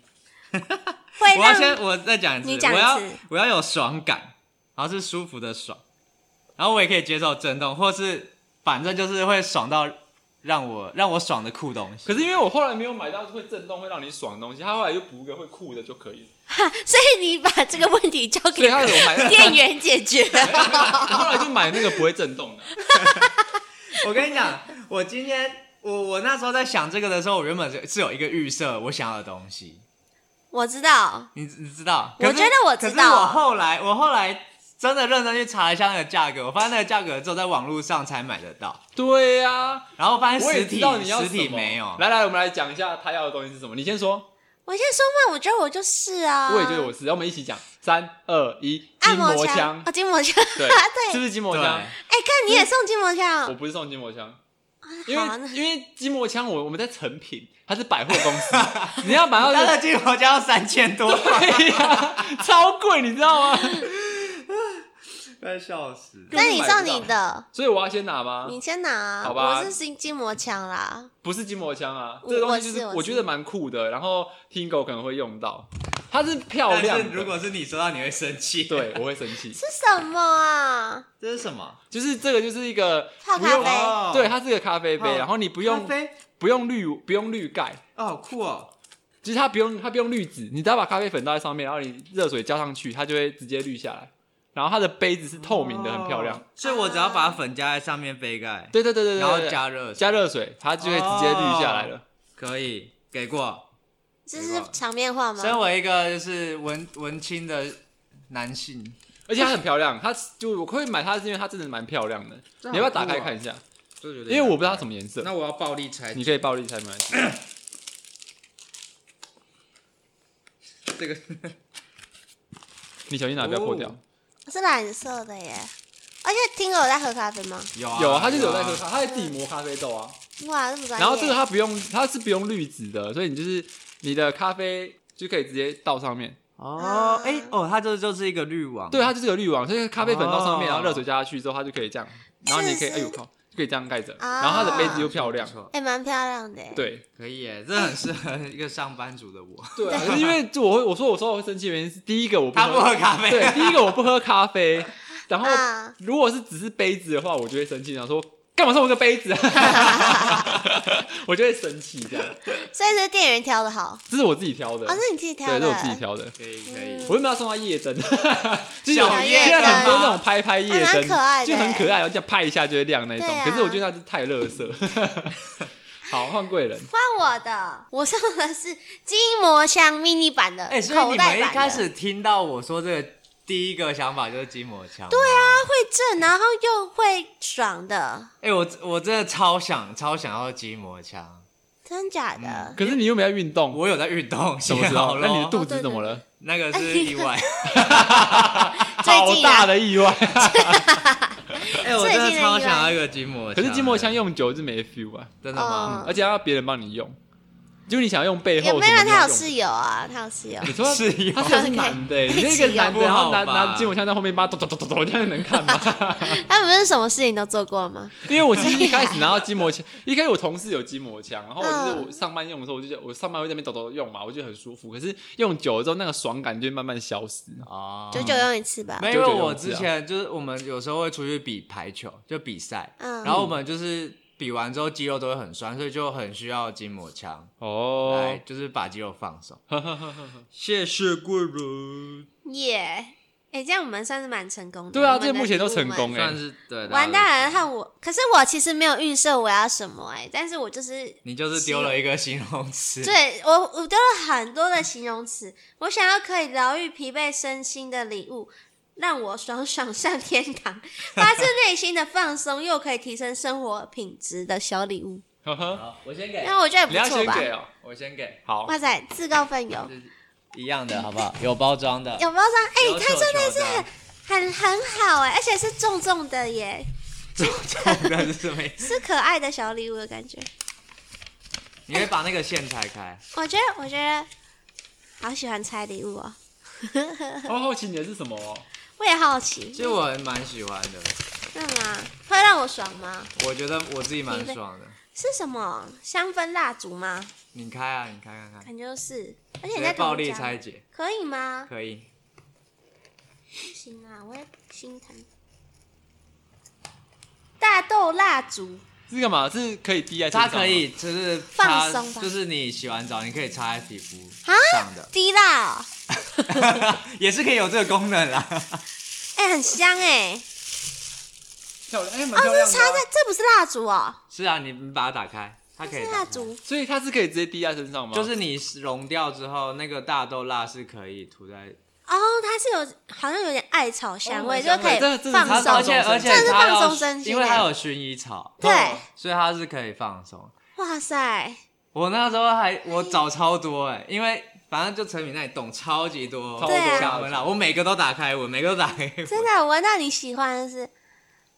Speaker 2: 会
Speaker 3: 我要
Speaker 2: 让
Speaker 3: 先，我再讲一
Speaker 2: 你
Speaker 3: 次，
Speaker 2: 讲一
Speaker 3: 我
Speaker 2: 次
Speaker 3: 要我要有爽感，然后是舒服的爽，然后我也可以接受震动，或是反正就是会爽到让我让我爽的酷东西。
Speaker 1: 可是因为我后来没有买到会震动会让你爽的东西，他后来就补一个会酷的就可以了。
Speaker 2: 所以你把这个问题交
Speaker 1: 所以
Speaker 2: 给
Speaker 1: 他有买，
Speaker 2: 店员解决。
Speaker 1: 我后来就买那个不会震动的。
Speaker 3: 我跟你讲，我今天我我那时候在想这个的时候，我原本是是有一个预设我想要的东西，
Speaker 2: 我知道，
Speaker 3: 你你知道？
Speaker 2: 我
Speaker 3: 可是
Speaker 2: 觉得我知道
Speaker 3: 可是我后来我后来真的认真去查了一下那个价格，我发现那个价格只有在网络上才买得到，
Speaker 1: 对啊呀，
Speaker 3: 然后发现
Speaker 1: 我
Speaker 3: 实
Speaker 1: 也知
Speaker 3: 体
Speaker 1: 道你要
Speaker 3: 实体
Speaker 1: 什么
Speaker 3: 没有。
Speaker 1: 来来，我们来讲一下他要的东西是什么。你先说，
Speaker 2: 我先说嘛，我觉得我就是啊。
Speaker 1: 我也觉得我是，然后我们一起讲。三二一，
Speaker 2: 按
Speaker 1: 筋膜
Speaker 2: 摩枪
Speaker 1: 枪
Speaker 2: 哦，，筋膜枪，
Speaker 1: 对
Speaker 2: 对，
Speaker 1: 是不是筋膜
Speaker 3: 对，
Speaker 1: 枪？
Speaker 2: 哎、看你也送筋膜枪
Speaker 1: 我
Speaker 2: 哦，
Speaker 1: 不是送筋膜枪，因为
Speaker 2: 啊好那
Speaker 1: 因为筋膜枪我我们在成品，它是百货公司， 你要买到
Speaker 3: 他
Speaker 1: 那
Speaker 3: 的金毛加要三千多，
Speaker 1: 对呀， 超贵，你知道 吗？
Speaker 3: 快笑死！
Speaker 2: 那你送
Speaker 1: 根本买
Speaker 2: 你
Speaker 1: 不到，
Speaker 2: 的，
Speaker 1: 所以我要先拿吗？
Speaker 2: 你先拿、啊，
Speaker 1: 好吧
Speaker 2: 我是筋筋膜枪啦，
Speaker 1: 不是筋膜枪啊，
Speaker 2: 我
Speaker 1: 这个东西就
Speaker 2: 我是我是
Speaker 1: 我觉得蛮酷的，然后 Tingo 可能会用到，它是漂亮
Speaker 3: 但
Speaker 1: 的
Speaker 3: 是如果是你收到，你会生气。，
Speaker 1: 对我会生气，
Speaker 2: 是什么啊？
Speaker 3: 这是什么？
Speaker 1: 就是这个就是一个
Speaker 2: 泡
Speaker 1: 不
Speaker 2: 咖
Speaker 1: 用
Speaker 2: 啡
Speaker 3: 哦
Speaker 1: 对，它是个咖啡杯，
Speaker 3: 哦
Speaker 1: 然后你不
Speaker 3: 不
Speaker 1: 用
Speaker 3: 飞
Speaker 1: 不用滤不用滤盖，
Speaker 3: 哦，好酷哦！
Speaker 1: 其实它不用它不用滤纸，你只要把咖啡粉倒在上面，然后你热水浇上去，它就会直接滤下来。然后它的杯子是透明的，很漂亮
Speaker 3: 哦。。所以我只要把粉加在上面杯盖，
Speaker 1: 对对对对对，
Speaker 3: 然后
Speaker 1: 对
Speaker 3: 加热
Speaker 1: 加热水，它就会直接滤下来了。
Speaker 3: 可以给过。
Speaker 2: 这是场面话吗？
Speaker 3: 身为一个就是文文青的男性，
Speaker 1: 而且它很漂亮，它就我会买它是因为它真的蛮漂亮的。
Speaker 3: 这好
Speaker 1: 你要不要打
Speaker 3: 酷
Speaker 1: 开
Speaker 3: 哦
Speaker 1: 看一下？
Speaker 3: 就觉得
Speaker 1: 因为我不知道它什
Speaker 3: 么。
Speaker 1: 么颜色。
Speaker 3: 那我要暴力拆
Speaker 1: 你可以暴力猜没关系。
Speaker 3: 这个，
Speaker 1: 你小心拿，不要破掉。
Speaker 2: 是蓝色的耶，而且听友在喝咖啡吗？
Speaker 3: 有啊
Speaker 1: 有啊，它就是有在喝
Speaker 3: 啊
Speaker 1: 咖，它在自己磨咖啡豆啊。
Speaker 2: 哇，这么专业。
Speaker 1: 然后这个它不用，它是不用滤纸的，所以你就是你的咖啡就可以直接倒上面。
Speaker 3: 哦，哎、哦，它这就是一个滤网，
Speaker 1: 对，它就是个滤网，所以咖啡粉倒上面，
Speaker 3: 哦
Speaker 1: 然后热水加下去之后，它就可以这样。然后你也可以，
Speaker 2: 是
Speaker 1: 哎呦靠，就可以这样盖着。
Speaker 2: 啊
Speaker 1: 然后它的杯子又漂亮
Speaker 3: 不。啊错，
Speaker 2: 哎，蛮漂亮的耶。
Speaker 1: 对
Speaker 3: 可以耶，这很适合一个上班族的 我。
Speaker 1: 对啊，可是因为就我会我说我说我会生气的原因是，第一个我不
Speaker 3: 他不
Speaker 1: 喝，
Speaker 3: 喝咖啡，
Speaker 1: 对，第一个我不喝咖啡，然后
Speaker 2: 啊，
Speaker 1: 如果是只是杯子的话，我就会生气，想说干嘛送我个杯子啊？ 我就会生气这样。
Speaker 2: 所以这是店员挑的好，
Speaker 1: 这是我自己挑的，
Speaker 2: 哦，是你自己挑
Speaker 1: 对，
Speaker 2: 的。
Speaker 1: 是我自己挑的。
Speaker 3: 可以可以
Speaker 2: 嗯
Speaker 1: 我为什么要送他夜灯？就是
Speaker 3: 小
Speaker 2: 夜灯
Speaker 1: 现在很多那种拍拍夜
Speaker 2: 还
Speaker 1: 灯，
Speaker 2: 蛮可爱的
Speaker 1: 就很可爱，然后这样拍一下就会亮那种。
Speaker 2: 对啊
Speaker 1: 可是我觉得它是太乐色。好，换贵人，
Speaker 2: 换我的，我送的是筋膜枪 mini 版的，
Speaker 3: 哎、所以
Speaker 2: 口
Speaker 3: 你
Speaker 2: 袋
Speaker 3: 们一
Speaker 2: 版的。
Speaker 3: 开始听到我说这个，第一个想法就是筋膜枪。对
Speaker 2: 它
Speaker 3: 啊，
Speaker 2: 会震，然后又会爽的，
Speaker 3: 哎、我我真的超想超想要筋膜枪，
Speaker 2: 真假的？
Speaker 1: 可是你又没在运动，
Speaker 3: 我有在运动，
Speaker 1: 什么时
Speaker 3: 好
Speaker 1: 候？
Speaker 3: 咯
Speaker 1: 那你的肚子怎么了？
Speaker 3: 那个
Speaker 2: 哎
Speaker 3: 是意 外，嗯
Speaker 2: 最
Speaker 1: 好
Speaker 2: 近
Speaker 1: 大
Speaker 2: 啊，
Speaker 1: 的意外。
Speaker 3: 哎、我真的超想要一个筋膜
Speaker 1: 可
Speaker 3: 枪。哎
Speaker 1: 是筋膜枪用久就没 feel 啊，
Speaker 3: 真的吗？
Speaker 2: 嗯
Speaker 1: 而且要别人帮你用，就你想用背后什
Speaker 2: 有
Speaker 1: 么
Speaker 2: 没有？
Speaker 1: 都要
Speaker 2: 他有
Speaker 1: 用
Speaker 2: 室友啊，他有室友。
Speaker 1: 你说他
Speaker 3: 室友
Speaker 1: 他是男的欸，你那
Speaker 2: 一起
Speaker 1: 个
Speaker 2: 用
Speaker 1: 男的，然后拿
Speaker 3: 不好吧
Speaker 1: 拿筋膜枪在后面帮他咚咚咚咚咚，这样能看吗？
Speaker 2: 他们不是什么事情都做过吗？
Speaker 1: 因为我其实一开始拿到筋膜枪，一开始我同事有筋膜枪，然后我就是我上班用的时候，我就觉得我上班会在那边抖抖用嘛，我觉得很舒服。可是用久了之后，那个爽感就会慢慢消失。
Speaker 3: 哦
Speaker 2: 久久用一次吧。
Speaker 3: 没有，因为
Speaker 1: 久久
Speaker 3: 我
Speaker 1: 用
Speaker 3: 之
Speaker 1: 是啊
Speaker 3: 前就是我们有时候会出去比排球，就比赛，
Speaker 2: 嗯
Speaker 3: 然后我们就是比完之后肌肉都会很酸，所以就很需要筋膜枪来
Speaker 1: 哦，
Speaker 3: 就是把肌肉放松。谢谢贵人，
Speaker 2: 耶！哎、这样我们算是蛮成功的。
Speaker 1: 对啊
Speaker 2: 我们的
Speaker 1: 这目前都成功
Speaker 2: 入
Speaker 1: 欸
Speaker 3: 算是对。
Speaker 2: 门完
Speaker 3: 大家
Speaker 2: 蛋了，看我，可是我其实没有预设我要什么哎、但是我就是
Speaker 3: 都，你就是丢了一个形容词。
Speaker 2: 对我我丢了很多的形容词，我想要可以疗愈疲惫身心的礼物，让我爽爽上天堂，发自内心的放松，又可以提升生活品质的小礼物，
Speaker 1: 呵呵
Speaker 3: 好，我先给
Speaker 2: 那我觉得
Speaker 1: 哎你
Speaker 2: 也
Speaker 1: 要
Speaker 2: 不错
Speaker 1: 先
Speaker 2: 吧？
Speaker 1: 给哦，
Speaker 3: 我先给，
Speaker 1: 好，
Speaker 2: 哇塞，自告奋勇，
Speaker 3: 就是一样的，好不好？有包装的，
Speaker 2: 有没有上？哎、
Speaker 3: 有
Speaker 2: 它
Speaker 3: 球
Speaker 2: 真的
Speaker 3: 球
Speaker 2: 是很很很好哎、而且是重重的耶，
Speaker 3: 重的是什么意思？
Speaker 2: 是可爱的小礼物的感觉。
Speaker 3: 你会把那个线拆开？
Speaker 2: 我觉得，我觉得好喜欢拆礼 物哦，
Speaker 1: 好好奇你的是什么哦？
Speaker 2: 我也好奇
Speaker 3: 其，实我还蛮喜欢的，
Speaker 2: 那吗？会让我爽吗？
Speaker 3: 我觉得我自己蛮爽的。
Speaker 2: 是什么香氛蜡烛吗？
Speaker 3: 你开啊，你开看看，
Speaker 2: 感觉就是，而且
Speaker 3: 直
Speaker 2: 你
Speaker 3: 接
Speaker 2: 在
Speaker 3: 暴力
Speaker 2: 同
Speaker 3: 拆
Speaker 2: 家
Speaker 3: 解，
Speaker 2: 可以吗？
Speaker 3: 可以。
Speaker 2: 不行啊，我会心疼。大豆蜡烛，
Speaker 1: 是干嘛？是可以滴在身
Speaker 3: 它
Speaker 1: 上吗
Speaker 3: 可以就是
Speaker 2: 放
Speaker 3: 擦
Speaker 2: 松吧
Speaker 3: 就是你洗完澡你可以擦在皮肤
Speaker 2: 啊
Speaker 3: 上的，
Speaker 2: 滴蜡哦、啊
Speaker 3: 也是可以有这个功能啦。
Speaker 2: 哎、很香哎、
Speaker 1: 漂亮，哎，蛮
Speaker 2: 哦，
Speaker 1: 漂
Speaker 2: 这
Speaker 1: 亮
Speaker 2: 是
Speaker 1: 的
Speaker 2: 插
Speaker 1: 啊。
Speaker 2: 在，这不是蜡烛哦，
Speaker 3: 是啊，你你把它打开，它
Speaker 2: 这
Speaker 3: 可以
Speaker 2: 是
Speaker 3: 打
Speaker 2: 蜡
Speaker 3: 开，
Speaker 2: 烛。
Speaker 1: 所以它是可以直接滴在身上吗？
Speaker 3: 就是你融掉之后，那个大豆蜡是可以涂在，
Speaker 2: 哦，它是有好像有点艾草香味，
Speaker 1: 哦
Speaker 2: 就
Speaker 3: 欸
Speaker 2: 可以
Speaker 1: 这这
Speaker 2: 放
Speaker 1: 它
Speaker 2: 松。
Speaker 3: 而且而且
Speaker 2: 这是
Speaker 3: 它
Speaker 2: 放
Speaker 3: 要
Speaker 2: 松身，心
Speaker 3: 因为它
Speaker 2: 欸
Speaker 3: 有薰衣草，
Speaker 2: 对，
Speaker 3: 所以它是可以放松。
Speaker 2: 哇塞，
Speaker 3: 我那时候还我找超多哎、因为反正就成品那里懂超级多
Speaker 1: 超
Speaker 2: 多对啊
Speaker 3: 香氛蜡，我每个都打开闻，每个都打开闻，
Speaker 2: 真的我闻到你喜欢的是，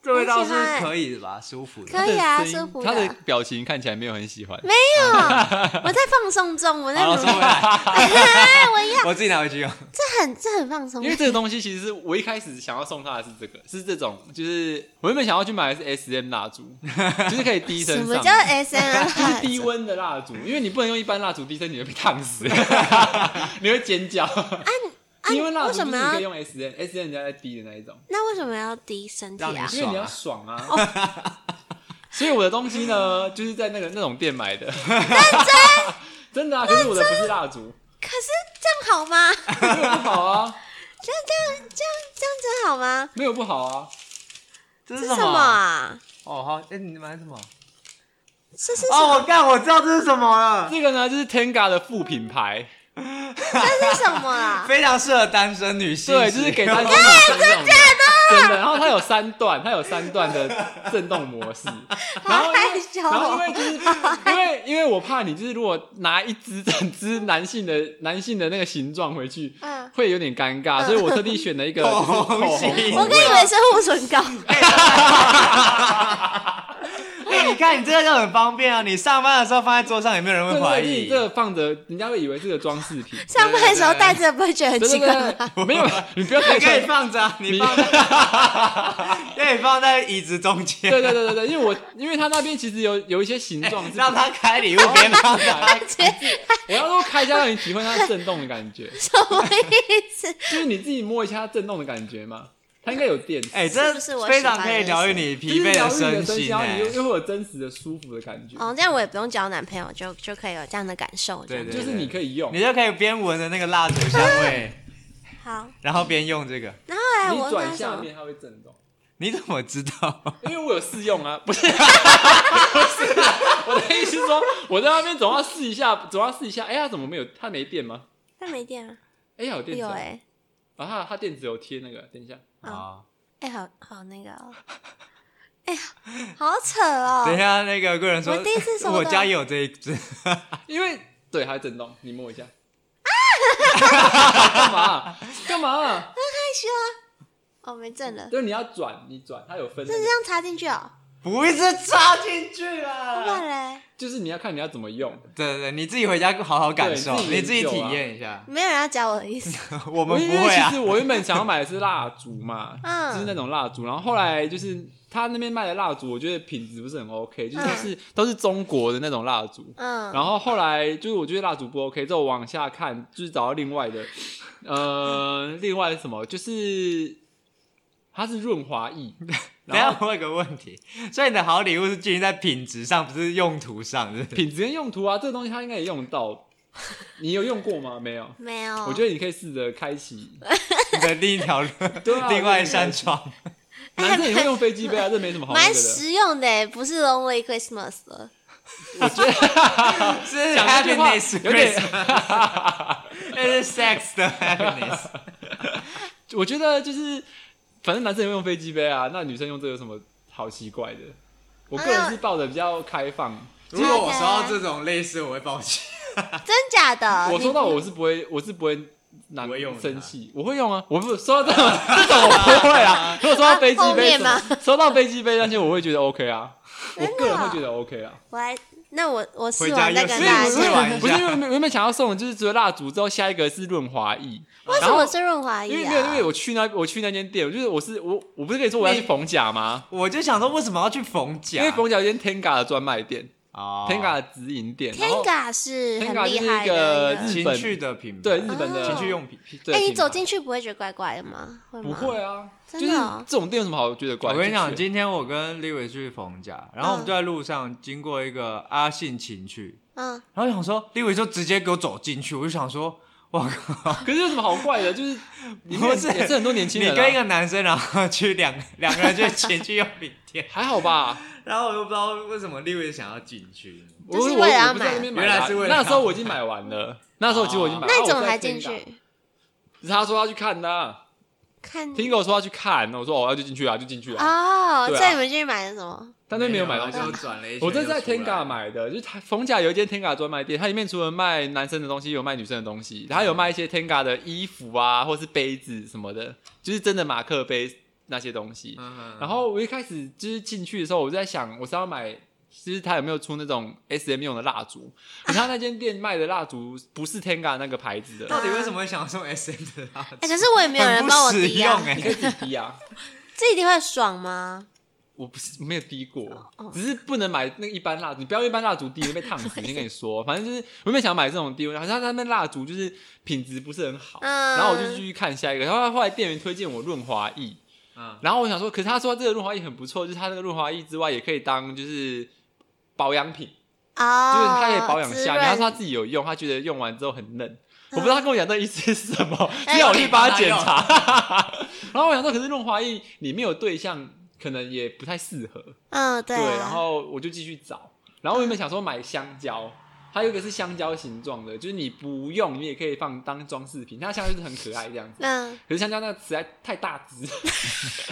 Speaker 3: 这味道是
Speaker 2: 很喜欢
Speaker 3: 可以的吧，舒服
Speaker 2: 可
Speaker 3: 的。
Speaker 2: 以啊
Speaker 1: 他的声音
Speaker 2: 舒服的
Speaker 1: 他的表情看起来没有很喜欢，
Speaker 2: 哎呦，我在放松中，我在
Speaker 3: 好，
Speaker 2: 努
Speaker 3: 收回
Speaker 2: 力，
Speaker 3: 来，
Speaker 2: 我要，
Speaker 3: 我自己拿回去用。
Speaker 2: 这很这很放松
Speaker 1: 因。为这个东西其实是我一开始想要送他的是这个，是这种，就是我原本想要去买的是 S M 蜡烛， 就是可以低
Speaker 2: 什
Speaker 1: 身
Speaker 2: 么
Speaker 1: 上
Speaker 2: 叫
Speaker 1: 的。
Speaker 2: S M
Speaker 1: 就是
Speaker 2: 啊？
Speaker 1: 低温的蜡烛，因为你不能用一般蜡烛低身，你会被烫 死，你会尖叫。低温蜡
Speaker 2: 啊为
Speaker 1: 烛
Speaker 2: 什
Speaker 1: 不
Speaker 2: 么
Speaker 1: 是你可以
Speaker 2: 要？
Speaker 1: 用 S N S N 人家在低的那一种，
Speaker 2: 那为什么要低身体
Speaker 3: 让
Speaker 2: 啊
Speaker 3: 你？
Speaker 1: 因为你要爽啊。 所以我的东西呢，就是在那个那种店买的。认 真，真的啊！可是我的不是蜡烛，
Speaker 2: 可是这样好吗？ 这样
Speaker 1: 没有不好啊，
Speaker 2: 这样真好吗？
Speaker 1: 没有不好啊。
Speaker 3: 这
Speaker 2: 这
Speaker 3: 是
Speaker 2: 是
Speaker 3: 什
Speaker 2: 什么
Speaker 3: 么？
Speaker 2: 啊？
Speaker 3: 哦，好，哎，你买什么？
Speaker 2: 这是啊
Speaker 3: 哦，我干，我知道这是什么了，
Speaker 1: 这个呢，就是 Tenga 的副品牌，
Speaker 2: 这是什么啊？
Speaker 3: 非常适合单身女性使用。
Speaker 1: 对，就是给单身女生用啊的。真的，然后它有三段，它有三段的震动模式，然后因为
Speaker 2: 啊害 羞哦
Speaker 1: 然后因为就是因为因为我怕你就是如果拿一只整只男性的男性的那个形状回去，
Speaker 2: 嗯
Speaker 1: 会有点尴尬，所以我特地选了 一个就是
Speaker 3: 口
Speaker 1: 口
Speaker 3: 红
Speaker 1: 红
Speaker 3: 型
Speaker 2: 我
Speaker 1: 口
Speaker 2: 跟以为是护唇膏，
Speaker 3: 哎、你看你这个就很方便啊！你上班的时候放在桌上，也没有人
Speaker 1: 对
Speaker 3: 会怀
Speaker 1: 对
Speaker 3: 疑。
Speaker 1: 对，这个放着，人家会以为是个装饰 品。
Speaker 2: 上班的时候戴着不会觉得很
Speaker 1: 对
Speaker 2: 奇
Speaker 1: 对
Speaker 2: 怪吗？
Speaker 1: 对， 没有，你不要
Speaker 3: 你
Speaker 1: 太
Speaker 3: 可以
Speaker 1: 看。
Speaker 3: 放着啊，你
Speaker 1: 你
Speaker 3: 放在，可以放在椅子中间，
Speaker 1: 对对对对对，因为我因为它那边其实有有一些形状是
Speaker 3: 哎让他开礼物，别放在。
Speaker 1: 我要说开箱让你体会它的震动的感觉，
Speaker 2: 什么意思？
Speaker 1: 就是你自己摸一下它震动的感觉嘛。它应该有电池，
Speaker 3: 哎、
Speaker 2: 是
Speaker 3: 这
Speaker 2: 不是我喜欢的
Speaker 3: 非常可以疗愈你疲
Speaker 1: 就
Speaker 3: 惫
Speaker 1: 是疗愈你
Speaker 3: 身
Speaker 1: 的身
Speaker 3: 心、
Speaker 1: 然后你
Speaker 3: 哎
Speaker 1: 又又会有真实的舒服的感觉，
Speaker 2: 哦，这样我也不用交男朋友，就就可以有这样的感受。这样
Speaker 3: 对对
Speaker 1: 就是你可以用
Speaker 3: 你。就可以边闻着那个蜡烛 香味，
Speaker 2: 好，
Speaker 3: 然后边用这个。
Speaker 2: 然后来
Speaker 1: 你
Speaker 2: 我问他
Speaker 1: 转
Speaker 2: 什
Speaker 1: 下
Speaker 2: 么？
Speaker 1: 面它会震动，
Speaker 3: 你怎么知道？
Speaker 1: 因为我有试用啊，不是，不是啊，我的意思是说，我在那边总要试一下，总要试一下，哎、它怎么没有？它没电吗？
Speaker 2: 那 没电啊？
Speaker 1: 哎、呀，有电池
Speaker 2: 有
Speaker 1: 啊，
Speaker 2: 哎
Speaker 1: 啊，它它电池有贴那个，等一下，
Speaker 3: 啊、
Speaker 2: 哎，好好那 个哦，哎呀，好扯哦。
Speaker 3: 等一下那个贵人说，
Speaker 2: 我第一次收到
Speaker 3: 我家也有这一只，
Speaker 1: 因为对它会震动，你摸一下， 干嘛啊干嘛？
Speaker 2: 哦，没震了，
Speaker 1: 就是你要转，你转，它有分那
Speaker 2: 这
Speaker 1: 个，
Speaker 2: 是这样插进去哦。
Speaker 3: 不是插进去
Speaker 2: 不
Speaker 3: 了。
Speaker 2: 然嘞，
Speaker 1: 就是你要看你要怎么用。
Speaker 3: 对对对，你自己回家好好感受，
Speaker 1: 对
Speaker 3: 你
Speaker 1: 你
Speaker 3: 自
Speaker 1: 自
Speaker 3: 己
Speaker 1: 己研究啊
Speaker 3: 体验 一下。
Speaker 2: 没有人要教我的意思。
Speaker 3: 我们
Speaker 1: 因
Speaker 3: 不
Speaker 1: 为
Speaker 3: 会啊
Speaker 1: 其实，我原本想要买的是蜡烛 嘛，
Speaker 2: 嗯
Speaker 1: 就是那种蜡烛，然后后来就是他那边卖的蜡烛，我觉得品质不是很 OK，就是都是、都是中国的那种蜡烛。
Speaker 2: 嗯，
Speaker 1: 然后后来就是我觉得蜡烛不 OK，之后往下看就是找到另外的，呃，另外什么就是它是润滑液，
Speaker 3: 等一下
Speaker 1: 然
Speaker 3: 我有个问题，所以你的好礼物是建立在品质上，不是用途上，是不是？
Speaker 1: 品质跟用途啊，这个东西它应该也用得到。你有用过吗？没有。
Speaker 2: 没有。
Speaker 1: 我觉得你可以试着开 启，
Speaker 3: 你的另一条路，
Speaker 1: 对啊
Speaker 3: 另外一扇窗。
Speaker 1: 男生也会用飞机杯啊，这没什么好那
Speaker 2: 蛮
Speaker 1: 个的。
Speaker 2: 实用的，欸不是 Lonely Christmas 了。
Speaker 3: 是
Speaker 1: 讲那句话
Speaker 3: happiness，
Speaker 1: 有点
Speaker 3: Christmas 那是 sex 的 happiness。
Speaker 1: 我觉得就是，反正男生也会用飞机杯啊，那女生用这有什么好奇怪的？我个人是抱着比较开放，
Speaker 3: 如果我收到这种类似，我会暴气。
Speaker 2: 真假的？
Speaker 1: 我
Speaker 2: 啊你啊
Speaker 1: 收到我是不会，我是不会难
Speaker 3: 不会用它
Speaker 1: 生气，我会用啊，我不收到这种这种我不会啊。如果收到飞
Speaker 2: 啊
Speaker 1: 机
Speaker 2: 后
Speaker 1: 杯
Speaker 2: 面
Speaker 1: 什么，
Speaker 2: 吗
Speaker 1: 收到飞机杯那些我会觉得 OK 啊，我
Speaker 2: 真的
Speaker 1: 个人会觉得 OK 啊。
Speaker 2: 我还那我我试
Speaker 3: 回家
Speaker 2: 完再
Speaker 3: 又
Speaker 2: 跟
Speaker 3: 试
Speaker 2: 大家
Speaker 3: 试完
Speaker 2: 讲。
Speaker 3: 一
Speaker 1: 不是因为原本原本想要送的就是除了蜡烛之后，下一个是润滑液，
Speaker 2: 为什
Speaker 1: 然后
Speaker 2: 么是润滑
Speaker 1: 因为
Speaker 2: 液啊？
Speaker 1: 没有，因为我去那我去那间店，我就是我是我我不是跟你说我要去
Speaker 3: 你
Speaker 1: 逢甲吗？
Speaker 3: 我就想说，为什么要去缝甲？
Speaker 1: 因为逢甲有一间 Tenga 的专卖店、
Speaker 3: 哦
Speaker 1: t e n g a 的直营店，然后
Speaker 2: Tenga 是很
Speaker 1: Tenga
Speaker 2: 厉
Speaker 1: 就是
Speaker 2: 害
Speaker 1: 一个
Speaker 2: 的
Speaker 1: 日
Speaker 2: 一
Speaker 1: 本
Speaker 3: 情趣的品牌，
Speaker 1: 对日本
Speaker 2: 哦
Speaker 1: 的
Speaker 3: 情趣用品。
Speaker 1: 对
Speaker 2: 个。哎，你
Speaker 1: 品牌
Speaker 2: 走进去不会觉得怪怪的吗？会
Speaker 1: 不
Speaker 2: 吗？
Speaker 1: 会啊？就
Speaker 2: 真
Speaker 1: 是
Speaker 2: 的哦
Speaker 1: 这种店有什么好觉得怪？
Speaker 3: 我跟你讲，
Speaker 1: 就去
Speaker 3: 今天我跟立伟去逢甲，然后我们就在路上经过一个阿信情趣，
Speaker 2: 嗯，
Speaker 3: 然后想说立伟就直接给我走进去，我就想说，我靠，
Speaker 1: 可是有什么好怪的？ 就是里面
Speaker 3: 不是
Speaker 1: 也是很多年轻
Speaker 3: 你
Speaker 1: 人啊，
Speaker 3: 跟一个男生然后去两两个人去情趣用品店，
Speaker 1: 还好吧？
Speaker 3: 然后我又不知道为什么立伟想要进去，
Speaker 1: 我
Speaker 2: 就是
Speaker 1: 我
Speaker 2: 为了要
Speaker 1: 我不在那边买的啊，
Speaker 3: 买原来是为了要
Speaker 1: 那时候我已经买完了，那时候其实我已经买，
Speaker 2: 哦那
Speaker 1: 啊
Speaker 2: 你怎么还？
Speaker 1: 我
Speaker 2: 进
Speaker 1: 在 Tenga
Speaker 2: 去？
Speaker 1: 是他说要去看的啊，
Speaker 2: 看
Speaker 1: 听狗说要去看，我说哦，要就进去啊，就进去啊。
Speaker 2: 哦，
Speaker 1: 对啊
Speaker 2: 在你们这里买的什么？
Speaker 1: 但那没有买
Speaker 3: 啊
Speaker 1: 东
Speaker 3: 就
Speaker 1: 西，
Speaker 3: 转了一圈
Speaker 1: 我这是
Speaker 3: 就
Speaker 1: 在
Speaker 3: 出来
Speaker 1: Tenga 买的，就是它逢甲有一间 Tenga 专卖店，它里面除了卖男生的东西，有卖女生的东西，
Speaker 3: 嗯
Speaker 1: 它有卖一些 Tenga 的衣服啊，或是杯子什么的，就是真的马克杯那些东西。
Speaker 3: 嗯哼
Speaker 1: 然后我一开始就是进去的时候，我就在想，我是要买，就是他有没有出那种 S M 用的蜡烛？你看那间店卖的蜡烛不是 Tenga 那个牌子 的，
Speaker 3: 到底为什么会想送 S M 的蜡烛
Speaker 2: 哎、可是我也没有人帮我滴啊
Speaker 3: 很不实用，哎
Speaker 1: 你 可以自己滴啊。
Speaker 2: 这一定会爽吗？
Speaker 1: 我不是没有滴过
Speaker 2: 哦，
Speaker 1: 只是不能买那个一般蜡烛，你不要一般蜡烛滴，你会被烫 死。先跟你说，反正就是我没想买这种滴，好像他们蜡烛就是品质不是很好。
Speaker 2: 嗯
Speaker 1: 然后我就继续看下一个，然后后来店员推荐我润滑液，
Speaker 3: 嗯，
Speaker 1: 然后我想说，可是他说这个润滑液很不错，就是它这个润滑液之外也可以当就是保养品，
Speaker 2: 哦，
Speaker 1: 就是它可以保养
Speaker 2: 滋
Speaker 1: 下面。
Speaker 2: 润嗯
Speaker 1: 他说他自己有用，他觉得用完之后很嫩。我不知道他跟我讲这意思是什么，
Speaker 2: 哎
Speaker 1: 只好我去帮他检查。 然后我想说，可是润滑液里面有对象，可能也不太适合。
Speaker 2: 嗯，对
Speaker 1: 对，
Speaker 2: 啊
Speaker 1: 然后我就继续找，然后我原本想说买香蕉，它有一个是香蕉形状的，就是你不用你也可以放当装饰品，它香蕉就是很可爱这样子。
Speaker 2: 嗯，
Speaker 1: 可是香蕉那个实在太大只，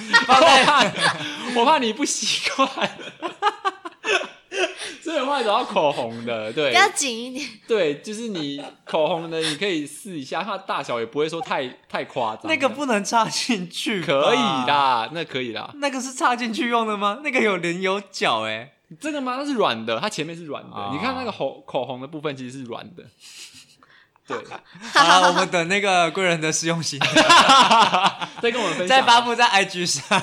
Speaker 1: 我怕我怕你不习惯，所以我后来找到口红的，
Speaker 2: 比
Speaker 1: 对
Speaker 2: 较紧一点，
Speaker 1: 对，就是你口红的你可以试一下，它的大小也不会说太太夸张，
Speaker 3: 那个不能插进去，
Speaker 1: 可以。啦，那可以啦，
Speaker 3: 那个是插进去用的吗？那个有棱有角哎、
Speaker 1: 这个吗？它是软的，它前面是软的。
Speaker 3: 哦
Speaker 1: 你看那个口口红的部分其实是软的，对。
Speaker 3: 好啦，我们等那个贵人的试用心得
Speaker 1: 再跟我们分享，
Speaker 3: 再发布在 IG 上。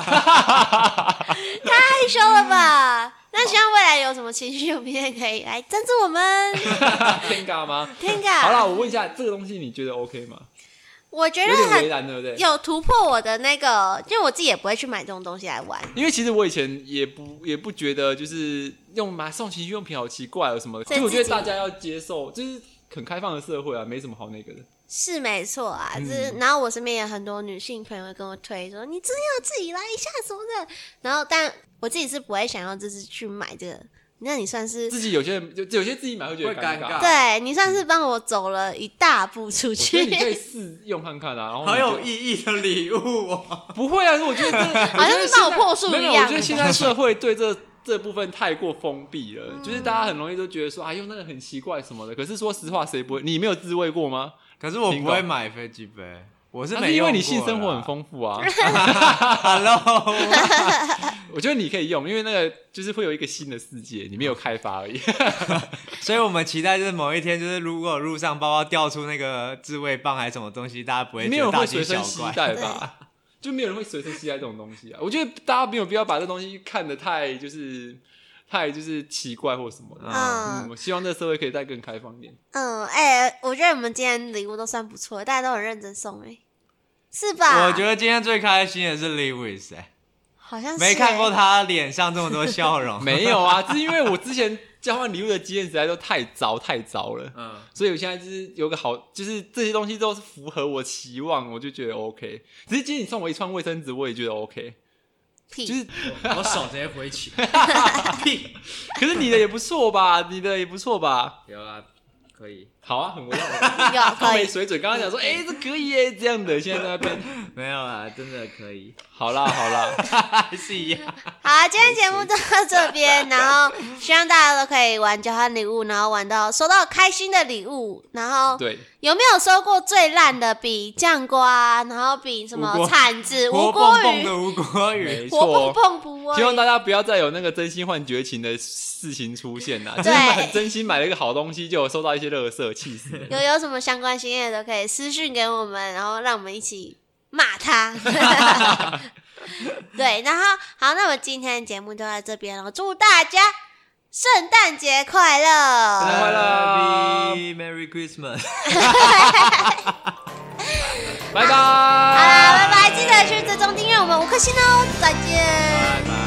Speaker 2: 害羞了吧？那希望未来有什么情绪用品也可以来赞助 我们
Speaker 1: Tenga 吗？
Speaker 2: Tenga。
Speaker 1: 好了，我问一下，这个东西你觉得 OK 吗？
Speaker 2: 我觉得
Speaker 1: 有点为
Speaker 2: 很
Speaker 1: 难，对不对？
Speaker 2: 有突破我的那个，因为我自己也不会去买这种东西来玩。
Speaker 1: 因为其实我以前也不也不觉得，就是用买送情趣用品好奇怪哦什么的。
Speaker 2: 所
Speaker 1: 所
Speaker 2: 以
Speaker 1: 以我觉得
Speaker 2: 自己
Speaker 1: 大家要接受，就是很开放的社会啊，没什么好那个的。
Speaker 2: 是没错啊，就是、
Speaker 1: 嗯
Speaker 2: 然后我身边也很多女性朋友跟我推说，你真的要自己来一下什么的。然后，但我自己是不会想要就是去买这个。那你算是
Speaker 1: 自己有些人就有些自己买会觉得
Speaker 3: 会尴尬
Speaker 1: 尬，
Speaker 2: 对你算是帮我走了一大步出
Speaker 1: 所以你可以
Speaker 2: 去，
Speaker 1: 试用看看啊。然后
Speaker 3: 好
Speaker 1: 你就
Speaker 3: 有意义的礼物哦！
Speaker 1: 不会啊，我觉得这好
Speaker 2: 好像是爆破术
Speaker 1: 没有，
Speaker 2: 一样
Speaker 1: 我觉得现在社会对这这部分太过封闭了，就是大家很容易都觉得说啊，用那个很奇怪什么的。可是说实话，谁不会？你没有自慰过吗？
Speaker 3: 可是我不会买飞机杯，我是
Speaker 1: 那
Speaker 3: 没
Speaker 1: 是因
Speaker 3: 用
Speaker 1: 为你性生活很丰富啊。
Speaker 3: 富。Hello，
Speaker 1: 我觉得你可以用，因为那个就是会有一个新的世界，你没有开发而 已。
Speaker 3: 所以我们期待就是某一天，就是如果路上包包掉出那个自慰棒还是什么东西，大家不会
Speaker 1: 没
Speaker 3: 觉
Speaker 1: 有人
Speaker 3: 得大
Speaker 1: 会
Speaker 3: 惊
Speaker 1: 随
Speaker 3: 小
Speaker 1: 身携
Speaker 3: 怪。
Speaker 1: 带吧？就没有人会随身携带这种东西啊。我觉得大家没有必要把这东西看得太就是太就是奇怪或什么的。
Speaker 2: 嗯
Speaker 1: 嗯，我希望这个社会可以再更开放一点。
Speaker 2: 嗯，哎、我觉得我们今天礼物都算不错，大家都很认真送、哎，是吧？
Speaker 3: 我觉得今天最开心的是 Lewis，、哎，
Speaker 2: 好像是、
Speaker 3: 没看过
Speaker 2: 哎
Speaker 3: 他脸上这么多笑 容。
Speaker 1: 没有啊，只是因为我之前交换礼物的经验实在都太糟太糟了，
Speaker 3: 嗯，
Speaker 1: 所以我现在就是有个好，就是这些东西都是符合我期望，我就觉得 OK。只是今天你送我一串卫生纸，我也觉得 OK。
Speaker 2: 屁，
Speaker 1: 就是，
Speaker 3: 我手直接挥起。屁，
Speaker 1: 可是你的也不错吧，你的也不错吧。
Speaker 3: 有啊，可以。
Speaker 1: 好啊，很微妙，
Speaker 2: 有
Speaker 1: 超
Speaker 2: 可
Speaker 1: 没
Speaker 2: 以，
Speaker 1: 水准。刚刚讲说，哎、这可以耶，这样的，现在在那边，
Speaker 3: 没有啦，真的可以，
Speaker 1: 好啦好啦，
Speaker 3: 还是一样。
Speaker 2: 好啊，今天节目就到这边，然后希望大家都可以玩交换礼物，然后玩到收到开心的礼物，然后
Speaker 1: 对，
Speaker 2: 有没有收过最烂的？比酱瓜，然后比什
Speaker 3: 无
Speaker 2: 么
Speaker 3: 锅
Speaker 2: 铲子、无
Speaker 3: 活
Speaker 2: 锅
Speaker 3: 蹦蹦
Speaker 2: 鱼、
Speaker 3: 的吴国
Speaker 1: 没
Speaker 3: 语，
Speaker 2: 活
Speaker 1: 错。
Speaker 2: 蹦蹦不
Speaker 1: 希望
Speaker 2: 会。
Speaker 1: 大家不要再有那个真心换绝情的事情出现啊啦！就是
Speaker 2: 对
Speaker 1: 很真心买了一个好东西，就有收到一些垃圾，气死 了。
Speaker 2: 有有什么相关经验都可以私讯给我们，然后让我们一起骂 他。对，然后好，那我们今天的节目就到这边了，祝大家圣诞节快
Speaker 1: 圣诞
Speaker 2: 乐！
Speaker 1: 快乐
Speaker 3: Happy Merry Christmas。
Speaker 1: 拜拜。
Speaker 2: 好啦，拜拜，记得去追踪订阅我们五颗星哦，再见。
Speaker 3: 拜拜